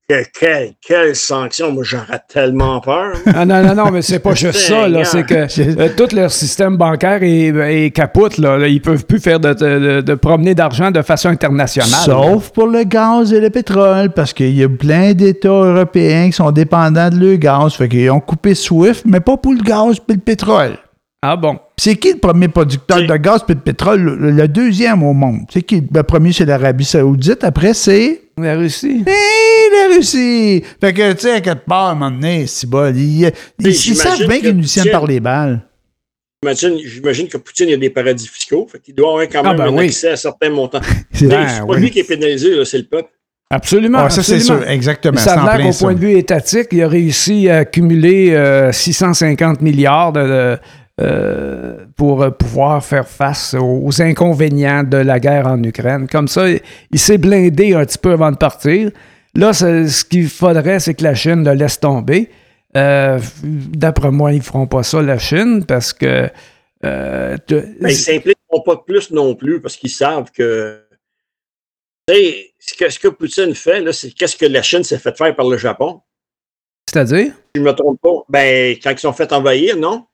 S3: que- quelle, quelle sanction! Moi, j'aurais tellement peur. hein. moi.
S2: Ah non, non, non, mais c'est pas juste ça, là. C'est que euh, tout leur système bancaire est, est capote, là. Là, Ils peuvent plus faire de, de- de promener d'argent de façon internationale.
S1: Sauf pour le gaz et le pétrole, parce qu'il y a plein d'États européens qui sont dépendants de leur gaz. Fait qu'ils ont coupé SWIFT, mais pas pour le gaz et le pétrole.
S2: Ah bon?
S1: Puis C'est qui le premier producteur
S3: C'est-
S1: de gaz et de pétrole? Le, le deuxième au monde. C'est qui? Le premier, c'est l'Arabie Saoudite. Après, c'est.
S2: La Russie?
S1: Hé, la Russie! Fait que, tu sais, à quelque part, à un moment donné, c'est bol. Ils, ils- ils
S3: j'imagine
S1: savent bien
S3: que
S1: qu'ils nous tiennent
S3: Poutine-
S1: par les balles.
S3: J'imagine, j'imagine que Poutine, il y a des paradis fiscaux, fait qu'il doit avoir quand
S2: Ah,
S3: même
S2: ben
S3: un
S2: oui.
S3: accès à certains montants.
S1: C'est-
S3: Mais
S2: Ben,
S3: c'est pas
S2: oui.
S3: lui qui est pénalisé, là, c'est le peuple.
S2: Absolument.
S1: Ah, ça, c'est
S2: absolument.
S1: sûr. Exactement.
S2: Ça
S1: C'est en
S2: a l'air
S1: plein
S2: qu'au
S1: ça.
S2: point de vue étatique, il a réussi à accumuler euh, 650 milliards de- de, euh, pour euh, pouvoir faire face aux, aux inconvénients de la guerre en Ukraine. Comme ça, il, il s'est blindé un petit peu avant de partir. Là, ce ce qu'il faudrait, c'est que la Chine le laisse tomber. Euh, D'après moi, ils ne feront pas ça, la Chine, parce que... euh, tu-
S3: Mais Ben, ils s'impliqueront pas plus non plus parce qu'ils savent que. Tu sais, ce que, ce que Poutine fait, là, c'est qu'est-ce que la Chine s'est fait faire par le Japon.
S2: C'est-à-dire?
S3: Je me trompe pas. Ben, quand ils sont fait envahir, non?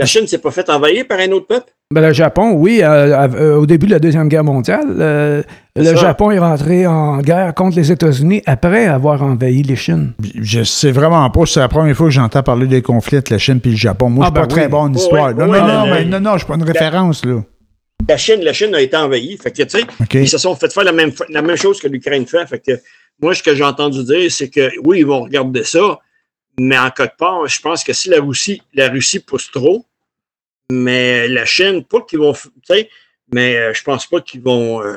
S3: La Chine s'est pas fait envahir par un autre peuple?
S2: Ben, le Japon, oui, euh, av- euh, au début de la Deuxième Guerre mondiale, euh,
S3: C'est
S2: le
S3: ça.
S2: Japon est rentré en guerre contre les États-Unis après avoir envahi les Chines.
S1: Je sais vraiment pas, c'est la première fois que j'entends parler des conflits entre la Chine et le Japon. Moi,
S2: Ah,
S1: je suis pas
S2: ben
S1: très
S2: oui.
S1: bon en
S3: Oui,
S1: histoire. non,
S3: oui,
S1: non,
S3: oui,
S1: non,
S3: oui.
S1: mais non, non, je suis pas une référence, là.
S3: La Chine, la Chine a été envahie. Fait que, tu sais,
S1: OK?
S3: ils se sont fait faire la même, la même chose que l'Ukraine fait. Fait que, moi, ce que j'ai entendu dire, c'est que oui, ils vont regarder ça, mais en quelque part, je pense que si la Russie, la Russie pousse trop, mais la Chine, pas qu'ils vont. f- Tu sais, mais euh, je pense pas qu'ils vont. euh,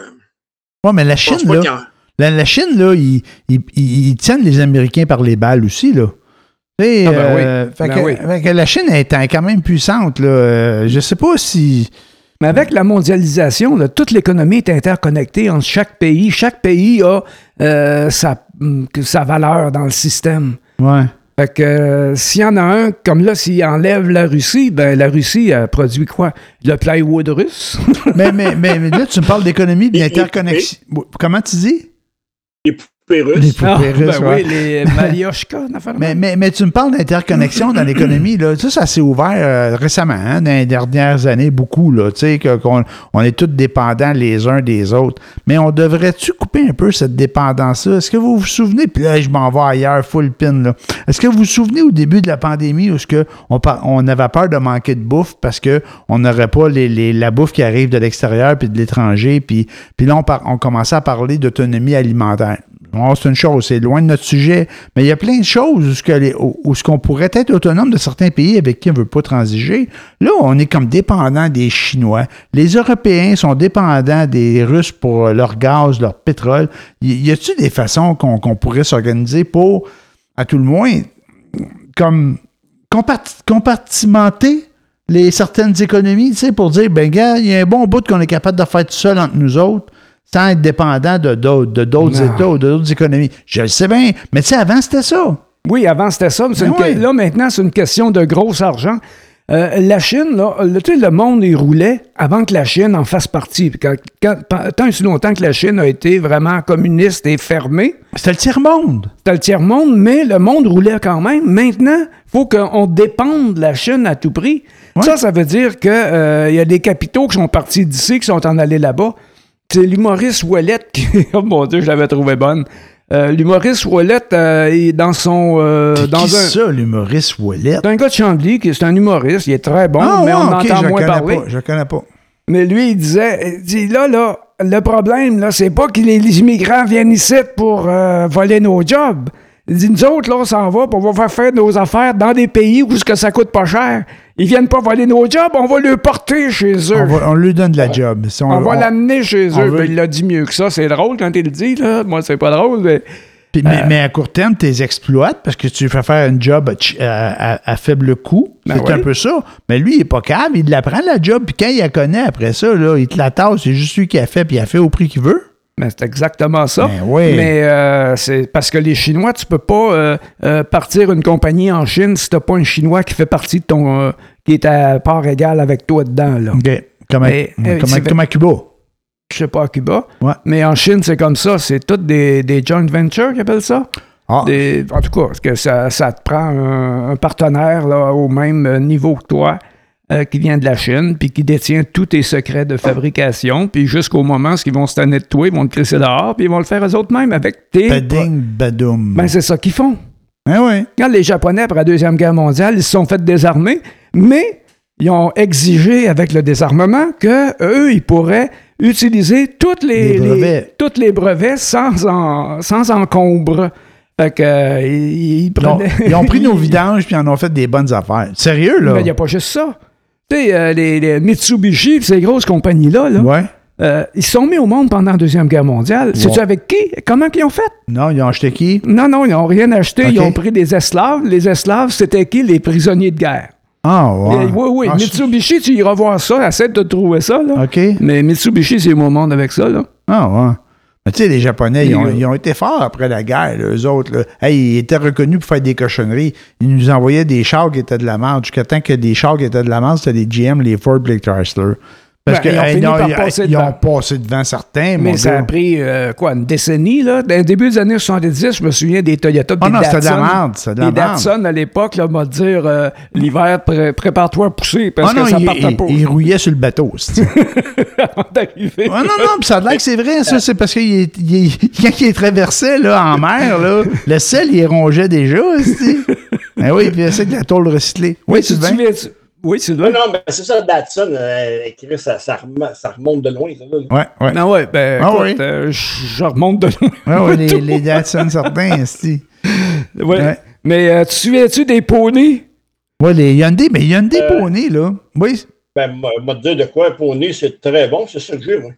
S1: Ouais, mais la
S3: je pense
S1: Chine,
S3: pas
S1: là,
S3: qu'ils en-
S1: la, la Chine, là, ils, ils- ils- ils tiennent les Américains par les balles aussi, là. Et,
S2: Ah, ben
S1: euh,
S2: oui.
S1: fait
S2: Ben
S1: que-
S2: oui.
S1: fait que la Chine est un- quand même puissante, là. Euh, je sais pas si.
S2: Mais avec la mondialisation, là, toute l'économie est interconnectée entre chaque pays. Chaque pays a euh, sa, mm, que- sa valeur dans le système.
S1: Ouais.
S2: Fait que euh, s'il y en a un, comme là, s'il enlève la Russie, ben la Russie a produit quoi? Le plywood russe?
S1: mais, mais, mais, mais là, tu me parles d'économie,
S3: Les- les
S1: d'interconnexion. Comment tu dis?
S3: les poupées poupées
S1: Les
S3: russes.
S1: poupées russes,
S2: ben
S1: Ah, ouais.
S2: oui, les Malioshka, une affaire de
S1: Mais,
S2: même.
S1: mais, mais tu me parles d'interconnexion dans l'économie. Là. Ça, ça s'est ouvert euh, récemment, hein, dans les dernières années, beaucoup. Là, tu sais, que- qu'on, on est tous dépendants les uns des autres. Mais on devrait-tu couper un peu cette dépendance-là? Est-ce que vous vous souvenez? Puis là, je m'en vais ailleurs, full pin. Là. Est-ce que vous vous souvenez au début de la pandémie où ce que on, par- on avait peur de manquer de bouffe parce qu'on n'aurait pas les, les- la bouffe qui arrive de l'extérieur puis de l'étranger? Puis, puis là, on, par- on commençait à parler d'autonomie alimentaire. Bon, c'est une chose, c'est loin de notre sujet, mais il y a plein de choses où, ce que les- où- où ce qu'on pourrait être autonome de certains pays avec qui on ne veut pas transiger. Là, on est comme dépendant des Chinois. Les Européens sont dépendants des Russes pour euh, leur gaz, leur pétrole. Y, y a-t-il des façons qu'on qu'on pourrait s'organiser pour, à tout le moins, comme comparti- compartimenter les certaines économies, tu sais, pour dire, ben gars, il y a un bon bout qu'on est capable de faire tout seul entre nous autres, sans être dépendant de d'autres, de d'autres
S2: Non.
S1: États ou de d'autres économies. Je le sais bien, mais tu sais, avant, c'était ça.
S2: Oui, avant, c'était ça. mais c'est
S1: Mais
S2: une que-
S1: Ben oui.
S2: Là, maintenant, c'est une question de gros argent. Euh, la Chine, là, le, tu sais, le monde, il roulait avant que la Chine en fasse partie. Puis Quand, quand- pa- tant et si longtemps que la Chine a été vraiment communiste et fermée,
S1: C'était le tiers-monde.
S2: c'était le tiers-monde, mais le monde roulait quand même. Maintenant, il faut qu'on dépende de la Chine à tout prix.
S1: Ouais.
S2: Ça, ça veut dire qu'il y a des capitaux qui sont partis d'ici, qui sont en allés là-bas. C'est l'humoriste Ouellet qui... Oh mon Dieu, je l'avais trouvé bonne. Euh, l'humoriste Ouellet, euh, il est dans son... euh,
S1: C'est
S2: dans
S1: qui
S2: un...
S1: ça, l'humoriste Ouellet?
S2: C'est un gars de Chambly, qui c'est un humoriste, il est très bon,
S1: Ah,
S2: mais
S1: ouais,
S2: on
S1: ok, je
S2: entend
S1: le
S2: moins
S1: connais
S2: parler.
S1: pas, je le connais pas.
S2: Mais lui, il disait, il dit, là, là, le problème, là, c'est pas que les, les immigrants viennent ici pour euh, voler nos jobs. Il dit, nous autres, là, on s'en va, puis on va faire faire nos affaires dans des pays où ce que ça coûte pas cher. Ils viennent pas voler nos jobs, on va le porter chez eux.
S1: On, va- on lui donne de la job. Si on-
S2: On va
S1: on-
S2: l'amener chez
S1: on
S2: eux.
S1: veut-
S2: Ben, il l'a dit mieux que ça. C'est drôle quand il le dit, là. Moi, c'est pas drôle, mais...
S1: Puis-
S2: Euh,
S1: mais, mais à court terme, tu les exploites parce que tu lui fais faire une job à, ch- à- à- à faible coût.
S2: Ben
S1: c'est
S2: oui.
S1: un peu ça. Mais lui, il est pas calme. Il l'apprend, la job. Puis quand il la connaît après ça, là, il te la tasse. C'est juste lui qui a fait. Puis il a fait au prix qu'il veut.
S2: Mais c'est exactement ça.
S1: Ben oui.
S2: Mais euh, c'est parce que les Chinois, tu peux pas euh, euh, partir une compagnie en Chine si t'as pas un Chinois qui fait partie de ton euh, qui est à part égale avec toi dedans. Là.
S1: OK. Comme à,
S2: Mais, euh,
S1: comme à-
S2: c'est vrai.
S1: comme à Cuba.
S2: Je sais pas à Cuba.
S1: Ouais.
S2: Mais en Chine, c'est comme ça. C'est toutes des, des joint ventures qu'ils appellent ça.
S1: Ah,
S2: Des- en tout cas, parce que ça, ça te prend un, un partenaire là, au même niveau que toi euh, qui vient de la Chine, puis qui détient tous tes secrets de fabrication, puis jusqu'au moment où ils vont se tanner de toi, ils vont te crisser dehors, puis ils vont le faire eux-mêmes avec tes...
S1: Bading, badoum.
S2: Ben, c'est ça qu'ils font.
S1: Ah ouais.
S2: Quand les Japonais, après la Deuxième Guerre mondiale, ils se sont fait désarmer, mais ils ont exigé avec le désarmement que eux, ils pourraient utiliser toutes les,
S1: Les brevets.
S2: toutes les brevets sans, en- sans encombre. Fait que, euh, ils, ils
S1: Ils ont,
S2: prenaient-
S1: ils ont pris nos
S2: ils-
S1: vidanges puis ils en ont fait des bonnes affaires. Sérieux, là?
S2: Mais il n'y Ben, a pas juste ça. Tu sais, euh, les, les Mitsubishi, pis ces grosses compagnies-là, là,
S1: Ouais.
S2: euh, ils se sont mis au monde pendant la Deuxième Guerre mondiale. C'est-tu avec qui? Comment qu'ils ont fait?
S1: Non, ils ont acheté qui?
S2: Non, non, ils n'ont rien acheté. Ils
S1: Ok.
S2: ont pris des esclaves. Les esclaves, c'était qui? Les prisonniers de guerre.
S1: Ah, ouais.
S2: Et- oui, oui.
S1: Ah, je-
S2: Mitsubishi, tu iras voir ça. Essaie de te trouver ça. Là.
S1: OK.
S2: Mais Mitsubishi, c'est mon monde avec ça. Là.
S1: Ah, ouais. Mais tu sais, les Japonais, ils ont,
S2: Et, euh,
S1: ils ont été forts après la guerre, les eux autres. Là. Hey, ils étaient reconnus pour faire des cochonneries. Ils nous envoyaient des chars qui étaient de la merde. Jusqu'à temps que des chars qui étaient de la merde, c'était les GM, les Ford, les Chrysler. Parce
S2: Ben,
S1: que,
S2: ils ont fini
S1: non,
S2: par
S1: ils-
S2: passer
S1: ils ont
S2: devant.
S1: passé devant certains,
S2: Mais
S1: mon
S2: ça a
S1: gars.
S2: pris, euh, quoi, une décennie. Là. Dans le début des années 70, je me souviens des Toyota,
S1: Ah
S2: des
S1: non, c'était
S2: Datsun.
S1: de la merde, c'était de la
S2: les
S1: merde.
S2: Datsun, à l'époque, là, m'a dit euh, l'hiver, pré- prépare-toi à pousser parce
S1: Ah
S2: que
S1: non,
S2: ça
S1: ils-
S2: partait
S1: ils-
S2: pas
S1: ils rouillaient sur le bateau. c'est-
S2: avant d'arriver.
S1: Ah non, non, puis ça a l'air que c'est vrai, ça. C'est parce que il est- il est- quand il est traversé là, en mer, là, le sel, il rongeait déjà. c'est- Ah oui, puis c'est de la tôle recyclée. Oui,
S2: Mais tu te
S1: Sylvain?
S2: souviens-tu- Oui, c'est
S1: Ah
S3: Non, non, mais c'est ça, Datsun, euh, écrit, ça, ça, remonte, ça remonte de loin. Ça, là.
S1: Ouais, ouais.
S2: Non, ouais, ben,
S1: Ah
S2: écoute,
S1: oui.
S2: euh, je je remonte de loin.
S1: Ouais, ouais, les, les Datsun certains, esti.
S2: Ouais.
S1: Ouais.
S2: Mais euh, tu te souviens-tu des poneys?
S1: Ouais, les Hyundai, mais Hyundai
S2: Euh.
S1: poney, là. Oui.
S3: Ben, moi, moi, te dire de quoi, pour nez, c'est très bon, c'est ça que j'ai, moi.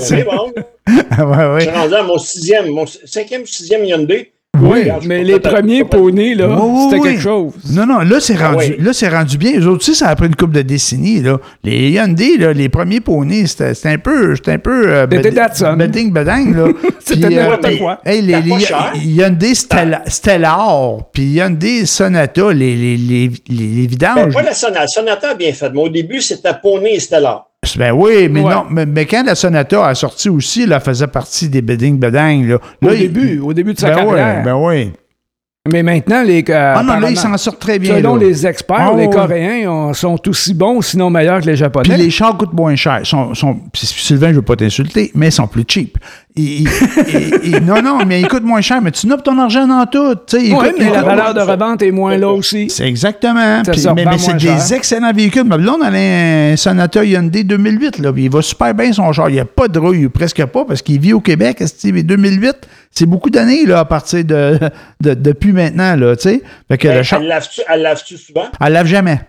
S3: C'est bon.
S1: Ah, ouais,
S3: Je suis
S1: ouais.
S3: rendu à mon sixième, mon cinquième, sixième Hyundai.
S1: Oui.
S3: Regarde, je
S2: Mais
S3: suis
S2: les
S3: pas-
S2: premiers
S3: pas-
S2: poneys, là,
S1: Oui, oui,
S2: c'était
S1: oui.
S2: quelque chose.
S1: Non, non, là, c'est
S2: Ah
S1: rendu,
S3: ouais.
S1: là, c'est rendu bien. Les autres, tu sais, ça a pris une couple de décennies, là. Les Hyundai, là, les premiers poneys, c'était c'était un peu, c'était un peu, euh,
S2: C'était
S1: bed-
S2: Datsun.
S1: bedding, bedding, là.
S2: C'était
S1: Puis, euh,
S2: n'importe
S3: mais-
S2: quoi.
S1: Hey, les,
S3: T'as
S1: les
S3: pas cher.
S1: Hyundai Stella- Stellar, puis Hyundai Sonata, les, les, les, les, les
S3: Ben,
S1: vidanges.
S3: pas la Sonata. La Sonata a bien faite, mais au début, c'était Poney et Stellar.
S1: Ben oui, mais
S2: Ouais.
S1: non. Mais, mais quand la Sonata a sorti aussi, là, elle faisait partie des bidding bedang. Là. Là,
S2: au
S1: il-
S2: début, au début de sa
S1: Ben oui,
S2: carrière.
S1: ben oui.
S2: Mais maintenant, les. euh,
S1: Ah non, là, ils s'en
S2: apparemment-
S1: sortent très bien.
S2: Selon
S1: là.
S2: les experts,
S1: Ah,
S2: les
S1: ouais.
S2: Coréens ont- sont aussi bons, sinon meilleurs que les Japonais.
S1: Puis les chars coûtent moins cher. Sont, sont, puis Sylvain, je veux pas t'insulter, mais ils sont plus cheap. Ils- ils- ils- ils- non, non, mais ils coûtent moins cher, mais tu noppes ton argent dans tout. tu sais, ils
S2: Ouais,
S1: coûtent
S2: mais
S1: moins-
S2: la valeur de revente est moins là aussi.
S1: C'est exactement.
S2: Ça
S1: Puis-
S2: se
S1: mais
S2: revend
S1: mais c'est
S2: moins
S1: des
S2: cher.
S1: excellents véhicules. Mais là, on a un Sonata Hyundai 2008. Là, puis il va super bien son genre. Il n'y a pas de rouille, ou presque pas, parce qu'il vit au Québec. esti, Mais 2008, c'est beaucoup d'années là, à partir de, de- depuis maintenant. Là, tu sais. fait que
S2: Ben,
S1: le
S3: Elle
S1: char,
S3: elle lave-tu elle lave-tu souvent?
S1: elle lave jamais.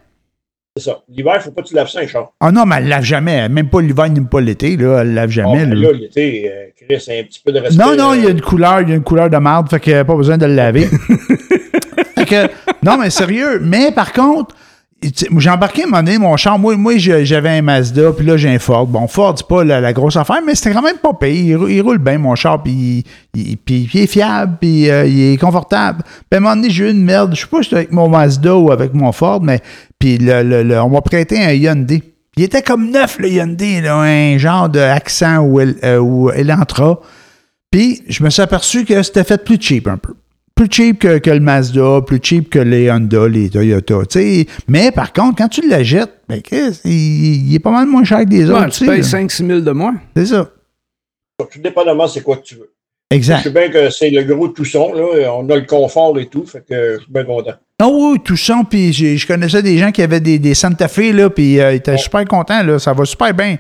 S3: C'est ça. L'hiver, il ne faut pas que tu laves ça, un char.
S1: Ah non, mais elle lave jamais. Même pas l'hiver, ni pas l'été. Là, elle lave
S3: Ah,
S1: jamais.
S3: ben
S1: là.
S3: là, l'été, euh, Chris, un petit peu de respect.
S1: Non, non,
S3: euh,
S1: il y a une couleur, il y a une couleur de marde, fait que pas besoin de le laver. fait que, non, mais sérieux. Mais par contre, tu sais, j'ai embarqué à un moment donné mon char. Moi, moi j'ai- j'avais un Mazda, puis là, j'ai un Ford. Bon, Ford, c'est pas la, la grosse affaire, mais c'était quand même pas pire. Il, rou- il roule bien, mon char, puis il, il- puis il est fiable, puis euh, il est confortable. Puis à un moment donné, j'ai eu une merde. Je sais pas si c'était avec mon Mazda ou avec mon Ford, mais puis le- le- le- on m'a prêté un Hyundai. Il était comme neuf, le Hyundai, là, un genre de accent ou, El- euh, ou Elantra. Puis, je me suis aperçu que c'était fait plus cheap un peu. Plus cheap que, que le Mazda, plus cheap que les Honda, les Toyota, tu sais. Mais par contre, quand tu le jettes, ben, Chris, il, il est pas mal moins cher que les
S2: Ouais,
S1: autres,
S2: tu
S1: tu sais.
S2: payes
S1: là.
S2: 5-6 000 de moins.
S1: C'est ça.
S3: Tout dépendamment, c'est quoi que tu veux. Je
S1: Exact.
S3: sais bien que c'est le gros tousson, là. euh, On a le confort et tout, fait que je suis bien content.
S1: Ah oui, tout ça. Puis j'ai- je connaissais des gens qui avaient des, des Santa Fe, là, puis euh, ils étaient super contents, là. Ça va super bien.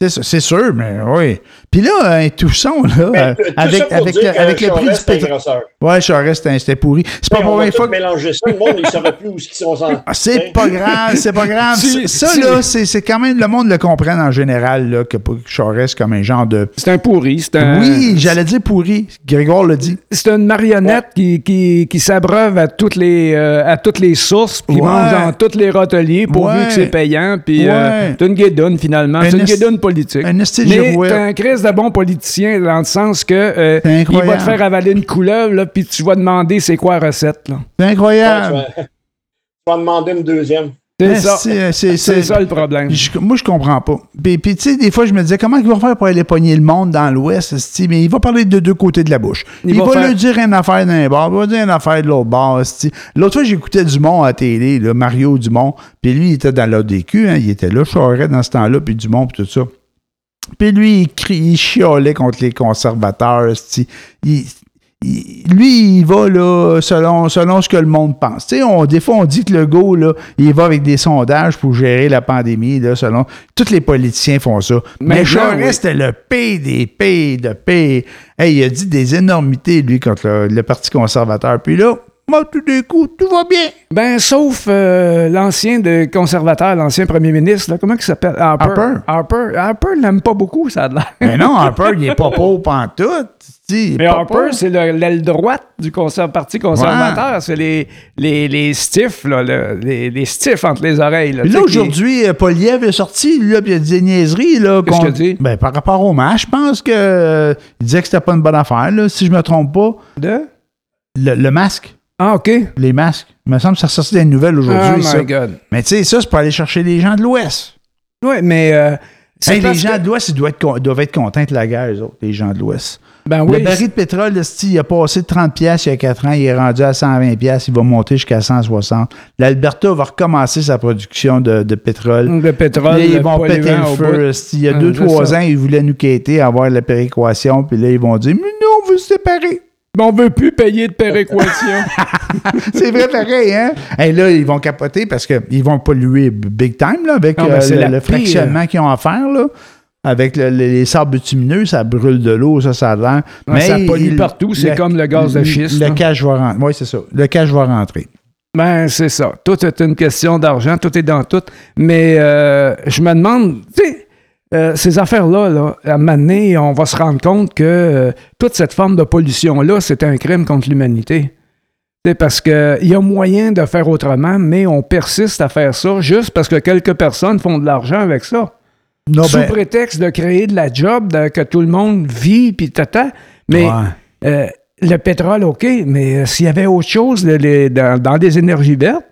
S1: C'est ça, c'est sûr, mais oui. Puis là, euh, un Toussaint, là,
S3: Mais,
S1: euh,
S3: tout ça
S1: avec,
S3: pour
S1: avec,
S3: dire
S1: le-
S3: que
S1: avec le prix du
S3: Charest, c'est un
S1: pétrole.
S3: grasseur.
S1: Ouais, Charest, c'était- c'était pourri. C'est pas
S3: Hey,
S1: la
S3: on va
S1: première
S3: tout
S1: fois que
S3: mélanger ça, le monde, il ne saurait plus où ils sont en. Hein?
S1: Ah, C'est
S2: Ben.
S1: pas grave, c'est pas grave.
S2: Si-
S1: ça,
S2: si-
S1: là, c'est c'est quand même, le monde le comprend en général, là, que que Charest comme un genre de...
S2: C'est un pourri. Euh, C'est un,
S1: Oui, j'allais dire pourri. Grégoire le dit.
S2: c'est une marionnette qui, qui, qui s'abreuve à toutes les euh, à toutes les sources, qui
S1: Ouais.
S2: mange dans tous les roteliers pourvu
S1: Ouais.
S2: que c'est payant. Puis
S1: Ouais.
S2: euh, c'est une guédoune finalement.
S1: Un
S2: C'est une
S1: esti-
S2: guédoune politique.
S1: un esti de
S2: Mais
S1: girouette.
S2: t'es un crise de bon politicien dans le sens que euh,
S1: C'est
S2: il va
S1: incroyable.
S2: te faire avaler une couleuvre, là, puis tu vas demander c'est quoi la recette. Là.
S1: C'est
S3: Ah, Tu
S1: incroyable.
S3: vas tu vas demander une deuxième.
S2: C'est
S1: Mais
S2: ça.
S1: Ben, c'est- euh, c'est-
S2: C'est ça le problème.
S1: Je- moi, je comprends pas. Puis, puis, tu sais, des fois, je me disais, comment il va faire pour aller pogner le monde dans l'Ouest? esti? Mais il va parler de deux côtés de la bouche.
S2: Il
S1: Il,
S2: va
S1: va,
S2: faire-
S1: lui dire une affaire d'un bord, il va dire une affaire de l'autre bord. esti. L'autre fois, j'écoutais Dumont à la télé, là, Mario Dumont, puis lui, il était dans l'ADQ, hein, il était là, Charest dans ce temps-là, puis Dumont, puis tout ça. Puis lui, il, crie, il chiolait contre les conservateurs. esti. Il- il- lui, il va là, selon, selon ce que le monde pense. Tu sais, On, des fois, on dit que le go, là, il va avec des sondages pour gérer la pandémie. Là, selon Tous les politiciens font ça. Mais,
S2: Maintenant,
S1: Charest,
S2: oui.
S1: c'était le pire des pires de pire. Hey, il a dit des énormités, lui, contre le, le Parti conservateur. Puis là, moi, tout d'un coup, tout va bien.
S2: Ben, sauf euh, l'ancien de conservateur, l'ancien premier ministre, là, comment il s'appelle? Harper.
S1: Harper.
S2: Harper, Harper l'aime pas beaucoup, ça a l'air.
S1: Mais non, Harper, il est pas pauvre pantoute. Tu sais, il est
S2: Mais
S1: pas
S2: Harper,
S1: pauvre.
S2: c'est le- l'aile droite du conser- Parti conservateur. C'est les, les, les stiffs, là, le- les, les stiffs entre les oreilles. Là,
S1: Puis
S2: tu
S1: là,
S2: sais, qui-
S1: aujourd'hui, euh, Poliev est sorti, là, puis il a dit des niaiseries, là.
S2: Qu'est-ce
S1: qu'on-
S2: qu'il a dit?
S1: Ben, par rapport au match, je pense que euh, il disait que c'était pas une bonne affaire, là, si je me trompe pas.
S2: de-
S1: Le, le masque,
S2: Ah, OK.
S1: les masques. Il me semble que ça ressortit des nouvelles
S2: Oh my
S1: aujourd'hui, ça.
S2: God.
S1: Mais tu sais, ça, c'est pour aller chercher les gens de l'Ouest.
S2: Oui, mais... euh, c'est
S1: Hey, Ben, les
S2: parce
S1: gens
S2: que-
S1: de l'Ouest, ils doivent être, con- doivent être contents de la guerre, eux autres, les gens de l'Ouest.
S2: Ben oui,
S1: le baril de pétrole, esti, il a passé de 30$ piastres il y a 4 ans, il est rendu à 120$, piastres, il va monter jusqu'à 160$. L'Alberta va recommencer sa production de, de pétrole.
S2: le pétrole,
S1: Là, ils
S2: le
S1: vont péter
S2: polluant
S1: le
S2: au bout.
S1: feu. esti. Il y a
S2: Ah,
S1: deux,
S2: c'est
S1: trois
S2: ça.
S1: ans, ils voulaient nous quitter, avoir la péréquation, puis là, ils vont dire Mais nous, on veut se séparer.
S2: Mais on veut plus payer de péréquation.
S1: c'est vrai pareil, hein? Et là, ils vont capoter parce qu'ils vont polluer b- big time là, avec
S2: Non, mais
S1: euh,
S2: Ah, ben, c'est
S1: le,
S2: la
S1: le
S2: pire.
S1: fractionnement qu'ils ont à faire. Là. Avec le- le- les sables bitumineux, ça brûle de l'eau, ça, ça a l'air.
S2: Ouais, ça pollue partout, c'est
S1: le-
S2: comme le gaz de schiste,
S1: Le
S2: là.
S1: cash va rentrer. Oui, c'est ça. Le cash va rentrer.
S2: Ben, c'est ça. Tout est une question d'argent, tout est dans tout. Mais euh, je me demande, tu sais, euh, ces affaires-là, là, à un moment donné, on va se rendre compte que euh, toute cette forme de pollution-là, c'est un crime contre l'humanité. Tu sais, Parce qu'il y a moyen de faire autrement, mais on persiste à faire ça juste parce que quelques personnes font de l'argent avec ça.
S1: Non,
S2: Sous
S1: ben,
S2: prétexte de créer de la job, de- que tout le monde vit, puis tata. Mais
S1: Ouais.
S2: euh, le pétrole, OK, mais euh, s'il y avait autre chose le- le- dans, dans des énergies vertes,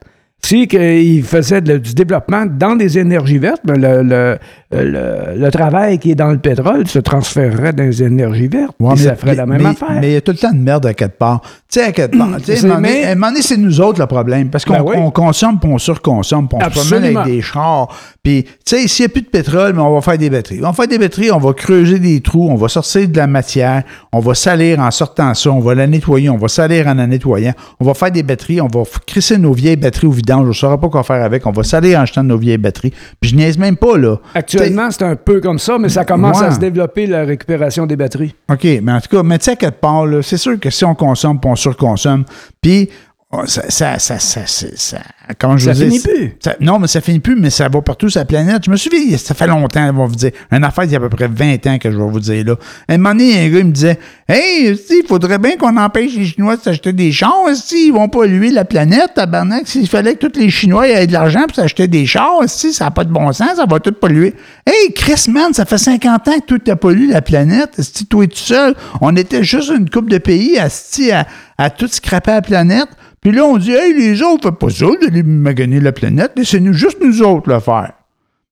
S2: si qu'ils faisaient de- du développement dans des énergies vertes, ben, le, le- euh, le- le travail qui est dans le pétrole se transférerait dans les énergies vertes.
S1: Ouais,
S2: puis
S1: mais-
S2: ça ferait la même
S1: mais-
S2: affaire.
S1: Mais il y a tout le temps de merde à quelque part. Tu sais, à quelque part. tu sais, à
S2: C'est-
S1: un moment donné-
S2: mais-
S1: à un moment donné, c'est nous autres le problème. Parce qu'on
S2: Ben oui.
S1: on consomme, puis on surconsomme, puis on se promène
S2: Absolument.
S1: avec des chars. Puis, tu sais, s'il n'y a plus de pétrole, mais on va faire des batteries. On va faire des batteries, on va creuser des trous, on va sortir de la matière, on va salir en sortant ça, on va la nettoyer, on va salir en la nettoyant, on va faire des batteries, on va f- crisser nos vieilles batteries au vidange, on ne saura pas quoi faire avec, on va salir en jetant nos vieilles batteries. Puis je niaise même pas, là.
S2: Actuellement, c'est un peu comme ça, mais ça commence
S1: Ouais.
S2: à se développer, la récupération des batteries.
S1: OK, mais en tout cas, mais tu sais, à quelque part, là, c'est sûr que si on consomme, puis on surconsomme, puis on- ça, ça, ça, ça, ça, ça, comment je
S2: Ça
S1: vous dis,
S2: finit
S1: ça-
S2: plus.
S1: ça- non, mais ça finit plus, mais ça va partout sur la planète. Je me souviens, ça fait longtemps, ils vont vous dire, une affaire d'il y a à peu près 20 ans que je vais vous dire, là. À un moment donné, un gars, il me disait, « Hey, si, il faudrait bien qu'on empêche les Chinois de s'acheter des chars, si, ils vont polluer la planète, tabarnak, s'il fallait que tous les Chinois aient de l'argent pour s'acheter des chars, si, ça n'a pas de bon sens, ça va tout polluer. » Hey, Chris, man, ça fait 50 ans que tout a pollué la planète, si, toi et tout seul, on était juste une coupe de pays, esti, à, à tout scraper la planète, puis là, on dit, hey, les autres, faites pas ça de maganer la planète, laissez-nous juste nous autres le faire.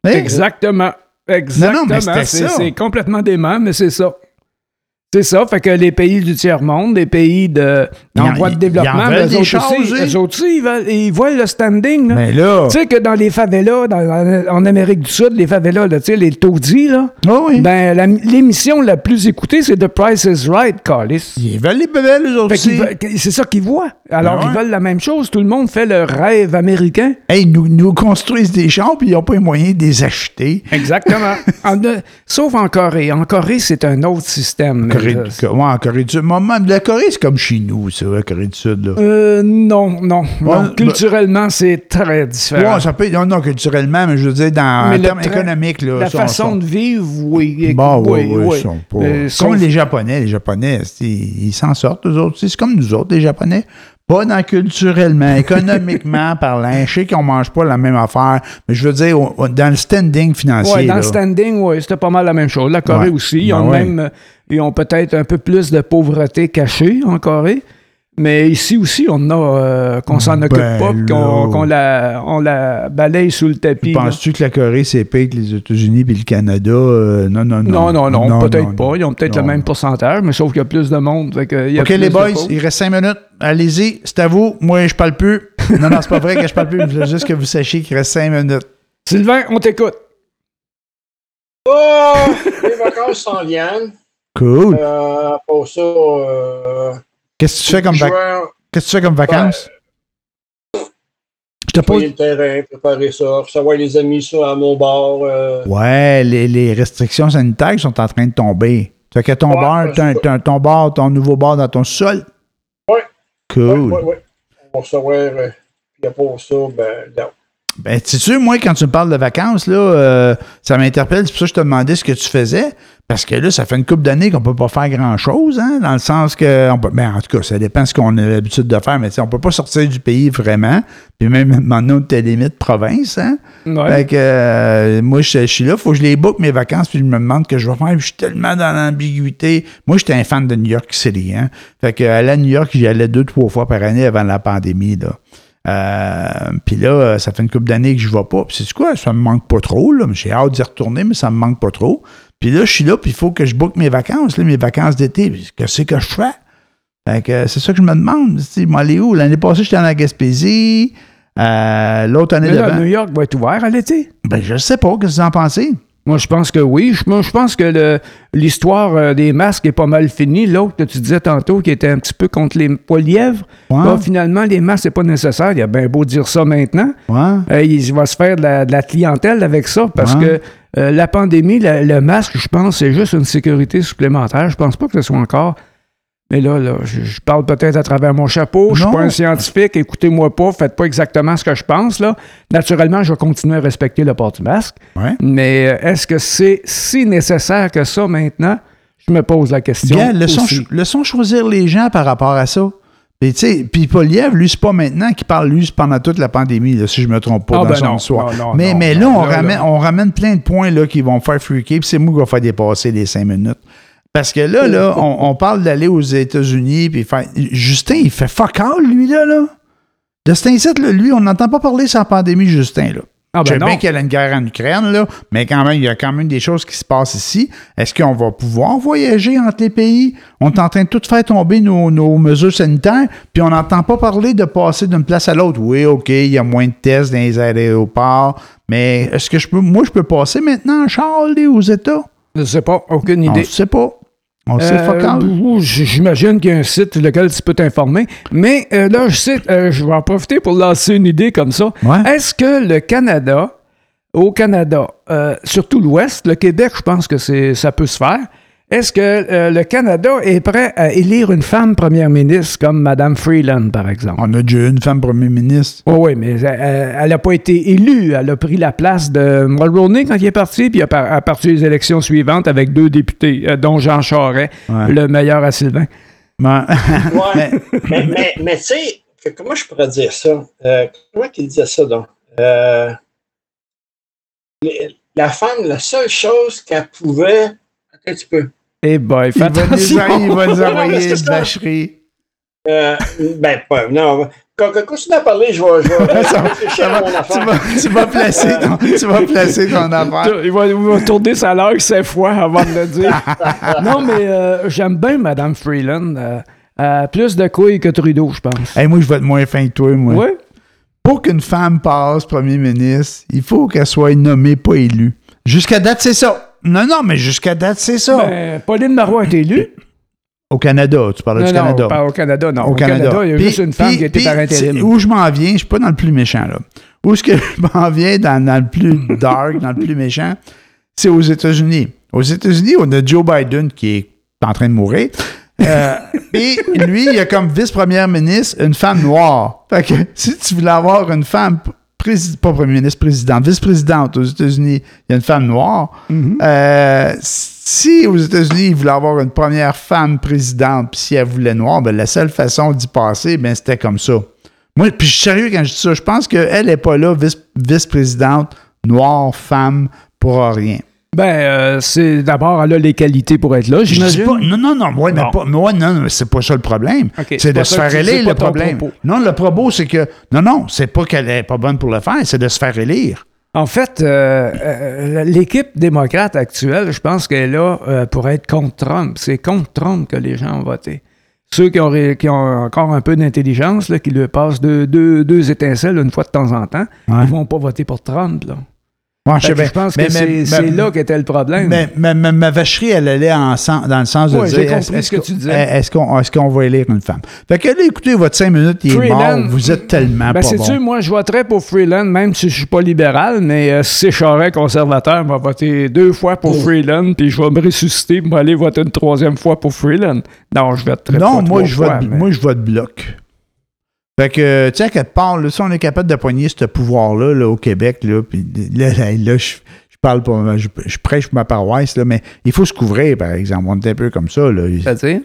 S1: Hein? Hey,
S2: Exactement. Exactement.
S1: Eh, Non, non, mais c'était
S2: c'est,
S1: ça.
S2: c'est complètement dément, mais c'est ça. C'est ça. Fait que les pays du tiers-monde, les pays de,
S1: Ils
S2: en
S1: en-
S2: voie de
S1: ils- ils
S2: développement,
S1: en veulent
S2: ben,
S1: des
S2: eux autres
S1: choses,
S2: aussi,
S1: hein.
S2: eux autres aussi, ils, veulent- ils voient le standing. là.
S1: Mais là.
S2: Tu sais que dans les favelas, dans- en- en Amérique du Sud, les favelas, là, tu sais, les taudis, là,
S1: Ah oui.
S2: ben, la- l'émission la plus écoutée, c'est The Price is Right, Carlis.
S1: Ils veulent les bébelles, eux
S2: Fait qu'ils
S1: aussi.
S2: veulent- que- c'est ça qu'ils voient. Alors,
S1: Ah ouais.
S2: ils veulent la même chose. Tout le monde fait le rêve américain.
S1: Hey, nous, nous construisent des champs, puis ils n'ont pas les moyens de les acheter.
S2: Exactement. En- euh, sauf en Corée. En Corée, c'est un autre système.
S1: Corée,
S2: Euh,
S1: du- ouais, en Corée du Sud. Moi, même, la Corée, c'est comme chez nous, ça, la Corée du Sud. Là.
S2: euh, non, non, non.
S1: ben-
S2: Culturellement, c'est très différent.
S1: Ouais, ça peut, non, non, culturellement, mais je veux dire, dans
S2: Mais
S1: en
S2: le
S1: termes
S2: tra-
S1: économiques. Là,
S2: La
S1: ça, on-
S2: façon
S1: on-
S2: de vivre, oui.
S1: Bon,
S2: oui,
S1: oui, oui,
S2: oui.
S1: Bah ils sont pas-
S2: Euh,
S1: Comme
S2: sauf-
S1: les Japonais, les Japonais, c'est- ils s'en sortent, eux autres. C'est comme nous autres, les Japonais. Pas dans culturellement, économiquement parlant. Je sais qu'on mange pas la même affaire, mais je veux dire, au- au- dans le standing financier.
S2: Ouais, dans
S1: là.
S2: le standing, oui, c'était pas mal la même chose. La Corée
S1: Ouais.
S2: aussi, ils ont,
S1: Ben
S2: le même, ils ont peut-être un peu plus de pauvreté cachée en Corée. Mais ici aussi, on en a euh, qu'on s'en occupe pas, puis
S1: Ben,
S2: qu'on
S1: là.
S2: qu'on la, on la balaye sous le tapis. là.
S1: Penses-tu que la Corée, c'est pire que les États-Unis puis le Canada? Euh, non, non, non.
S2: Non, non, non, peut-être
S1: non,
S2: pas. Ils ont peut-être
S1: non.
S2: le même pourcentage, mais sauf qu'il y a plus de monde. fait que il y a
S1: OK,
S2: plus
S1: les
S2: de
S1: boys,
S2: pauvres.
S1: il reste cinq minutes. Allez-y, c'est à vous. Moi, je parle plus. Non, non, c'est pas vrai que je parle plus. Je veux juste que vous sachiez qu'il reste cinq minutes.
S2: Sylvain, on t'écoute.
S3: Oh! Les vacances s'en viennent.
S1: Cool.
S3: Euh, pour ça, euh,
S1: Qu'est-ce que tu fais comme, vac-
S3: joueur,
S1: qu'est-ce que tu fais comme vacances? Je te pose.
S3: nettoyer le terrain, préparer ça, recevoir les amis ça à mon bord. euh,
S1: Ouais, les, les restrictions sanitaires sont en train de tomber. Fait que ton
S3: Ouais, ben,
S1: bar,
S3: parce
S1: ton,
S3: que-
S1: ton, ton bar, ton nouveau bar dans ton sol.
S3: Ouais.
S1: Cool.
S3: ouais, ouais, ouais. On va recevoir. euh, puis pour ça, ben, là,
S1: Ben, tu sais, moi, quand tu me parles de vacances, là, euh, ça m'interpelle. C'est pour ça que je te demandais ce que tu faisais. Parce que là, ça fait une couple d'années qu'on peut pas faire grand-chose, hein, dans le sens que... On peut, ben, en tout cas, ça dépend ce qu'on a l'habitude de faire, mais tu sais, on peut pas sortir du pays vraiment. Puis même, maintenant, on était limite province, hein.
S2: Ouais.
S1: Fait que euh, moi, je, je suis là, faut que je les book mes vacances, puis je me demande que je vais faire. puis Je suis tellement dans l'ambiguïté. Moi, j'étais un fan de New York City. Hein? Fait que aller à New York, j'y allais deux, trois fois par année avant la pandémie. Là. Euh, puis là, euh, ça fait une couple d'années que je vais pas. Puis c'est quoi? Ça me manque pas trop. là. J'ai hâte d'y retourner, mais ça me manque pas trop. Puis là, je suis là, puis il faut que je book mes vacances, là, mes vacances d'été. Puis Qu'est-ce que je fais? Fait que euh, c'est ça que je me demande. Tu sais, moi, aller où? L'année passée, j'étais en la Gaspésie. Euh, L'autre année
S2: Mais là,
S1: d'avant-
S2: New York va être ouvert à l'été.
S1: ben, je sais pas, qu'est-ce que vous en pensez?
S2: Moi, je pense que oui. Je, moi, je pense que le- l'histoire euh, des masques est pas mal finie. L'autre que tu disais tantôt qui était un petit peu contre les poilièvres,
S1: Ouais.
S2: bah, finalement, les masques, c'est pas nécessaire. Il y a bien beau dire ça maintenant.
S1: Ouais.
S2: Euh, il va se faire de la, de la clientèle avec ça parce
S1: Ouais.
S2: que euh, la pandémie, la- le masque, je pense, c'est juste une sécurité supplémentaire. Je pense pas que ce soit encore. Mais là, là, je, je parle peut-être à travers mon chapeau. Je suis
S1: Non.
S2: pas un scientifique. Écoutez-moi pas. Faites pas exactement ce que je pense. Là. Naturellement, je vais continuer à respecter le port du masque.
S1: Ouais.
S2: Mais euh, est-ce que c'est si nécessaire que ça maintenant? Je me pose la question.
S1: Bien, leçon,
S2: aussi.
S1: cho- leçon choisir les gens par rapport à ça. Puis, tu sais, puis Poliev, lui, c'est pas maintenant qu'il parle, lui, c'est pendant toute la pandémie, là, si je me trompe pas,
S2: Ah,
S1: dans
S2: ben
S1: son
S2: non,
S1: histoire.
S2: non, non,
S1: mais
S2: non,
S1: mais là,
S2: non,
S1: on,
S2: là,
S1: ramène,
S2: là.
S1: on ramène plein de points là, qui vont faire freaker, puis c'est moi qui va faire dépasser les cinq minutes. Parce que là, là, on, on parle d'aller aux États-Unis, puis faire- Justin, il fait fuck all, lui, là, là. De cet incite, là, lui, on n'entend pas parler sans pandémie, Justin. Là.
S2: Ah
S1: Je sais
S2: ben non.
S1: bien qu'il y a une guerre en Ukraine, là, mais quand même, il y a quand même des choses qui se passent ici. Est-ce qu'on va pouvoir voyager entre les pays? On est en train de tout faire tomber nos, nos mesures sanitaires, puis on n'entend pas parler de passer d'une place à l'autre. Oui, OK, il y a moins de tests dans les aéroports, mais est-ce que je peux, moi, je peux passer maintenant à Charles et aux États?
S2: Je sais pas, aucune
S1: On ne
S2: idée.
S1: sait pas. On sait
S2: Euh,
S1: pas quand.
S2: ou- j- J'imagine qu'il y a un site sur lequel tu peux t'informer. Mais euh, là, je sais, euh, je vais en profiter pour lancer une idée comme ça.
S1: Ouais.
S2: Est-ce que le Canada, au Canada, euh, surtout l'Ouest, le Québec, je pense que c'est ça peut se faire. Est-ce que euh, le Canada est prêt à élire une femme première ministre comme Mme Freeland, par exemple? Oh
S1: On a déjà eu une femme premier ministre.
S2: Oui, oui, mais euh, elle n'a pas été élue. Elle a pris la place de Mulroney quand il est parti, puis elle a par- elle a parti les élections suivantes avec deux députés, euh, dont Jean Charest,
S1: Ouais.
S2: le meilleur à Sylvain.
S1: Ben,
S3: Ouais. mais mais, mais tu sais, que- comment je pourrais dire ça? Euh, comment qu'il disait ça donc? Euh, les- la femme, la seule chose qu'elle pouvait. Attends un petit peu.
S2: Eh boy, fais
S1: il, va nous,
S2: attention.
S1: il va nous
S3: Non, mais
S1: envoyer
S3: c'est
S1: une
S3: ça.
S1: vacherie.
S3: Euh, ben, pas. Non, quand, quand continue à parler, je vais. Je vais
S1: Ça va-
S3: je vais
S1: ça
S3: chercher
S1: va-
S3: mon
S1: tu,
S3: affaire.
S1: vas, tu vas placer ton, tu vas placer ton affaire.
S2: Il va, il va tourner sa langue cinq fois avant de le dire. non, mais euh, j'aime bien Mme Freeland. euh, euh, plus de couilles que Trudeau, je pense.
S1: Hey, moi, je vais être moins fin que toi, moi.
S2: Ouais.
S1: Pour qu'une femme passe premier ministre, il faut qu'elle soit nommée, pas élue. Jusqu'à date, c'est ça. Non, non, mais jusqu'à date, c'est ça.
S2: Ben, Pauline Marois est élue.
S1: Au Canada, tu parlais
S2: Non,
S1: du
S2: non,
S1: Canada.
S2: pas au Canada, non.
S1: Au Canada.
S2: il y a
S1: Puis-
S2: juste une femme
S1: puis-
S2: qui était
S1: puis,
S2: par
S1: c'est-
S2: intérim.
S1: Où je m'en viens, je suis pas dans le plus méchant, là. Où est-ce que je m'en viens dans, dans le plus dark, dans le plus méchant, c'est aux États-Unis. Aux États-Unis, on a Joe Biden qui est en train de mourir. Euh, et lui, il a comme vice-première ministre une femme noire. Fait que si tu voulais avoir une femme, prési- pas premier ministre, présidente, vice-présidente aux États-Unis, il y a une femme noire. Euh, si aux États-Unis, ils voulaient avoir une première femme présidente, puis si elle voulait noire, ben, la seule façon d'y passer, ben, c'était comme ça. Moi, puis je suis sérieux quand je dis ça. Je pense qu'elle n'est pas là, vice- vice-présidente, noire, femme, pour rien.
S2: Ben, euh, c'est d'abord, elle a les qualités pour être là,
S1: Je dis
S2: j'imagine.
S1: pas, non, non, non, ouais, mais
S2: Bon.
S1: pas, moi, non, non, c'est pas ça le problème.
S2: Ok,
S1: c'est
S2: c'est
S1: de
S2: pas
S1: se
S2: ça
S1: faire
S2: que tu-
S1: élire
S2: c'est
S1: le
S2: pas ton
S1: problème.
S2: propos.
S1: Non, le propos, c'est que, non, non, c'est pas qu'elle est pas bonne pour le faire, c'est de se faire élire.
S2: En fait, euh, euh, l'équipe démocrate actuelle, je pense qu'elle est là euh, pour être contre Trump. C'est contre Trump que les gens ont voté. Ceux qui ont, ré- qui ont encore un peu d'intelligence, là, qui lui passent deux, deux- deux étincelles une fois de temps en temps,
S1: Ouais.
S2: ils vont pas voter pour Trump. Là.
S1: Ouais,
S2: Fait
S1: sais
S2: que
S1: bien.
S2: Ben, je pense
S1: Mais-
S2: que
S1: mais-
S2: c'est,
S1: mais-
S2: c'est là qu'était le problème.
S1: Mais, mais- mais ma vacherie, elle allait en sens- dans le sens de
S2: Ouais,
S1: dire
S2: j'ai
S1: est-ce
S2: compris ce que
S1: qu'on-
S2: tu disais.
S1: est-ce qu'on est-ce qu'on va élire une femme Fait que là, écoutez, votre cinq minutes, il est mort,
S2: Freeland-
S1: vous êtes tellement
S2: Ben,
S1: Ah, pas
S2: sais-tu,
S1: bon.
S2: moi, je voterais pour Freeland, même si je suis pas libéral, mais euh, si c'est Charest conservateur, m'a voté deux fois pour
S1: Oh.
S2: Freeland, puis je vais me ressusciter pour aller voter une troisième fois pour Freeland. Non, je voterai pas
S1: Non, moi
S2: trois
S1: je,
S2: fois,
S1: vote,
S2: mais-
S1: moi, je vote bloc. Fait que, tu sais, à quelque part, là, si on est capable de poigner ce pouvoir-là là, au Québec, là, puis là, là, là, je, je parle pour. Je, je prêche pour ma paroisse, là, mais il faut se couvrir, par exemple. On est un peu comme ça. Là.
S2: C'est-à-dire?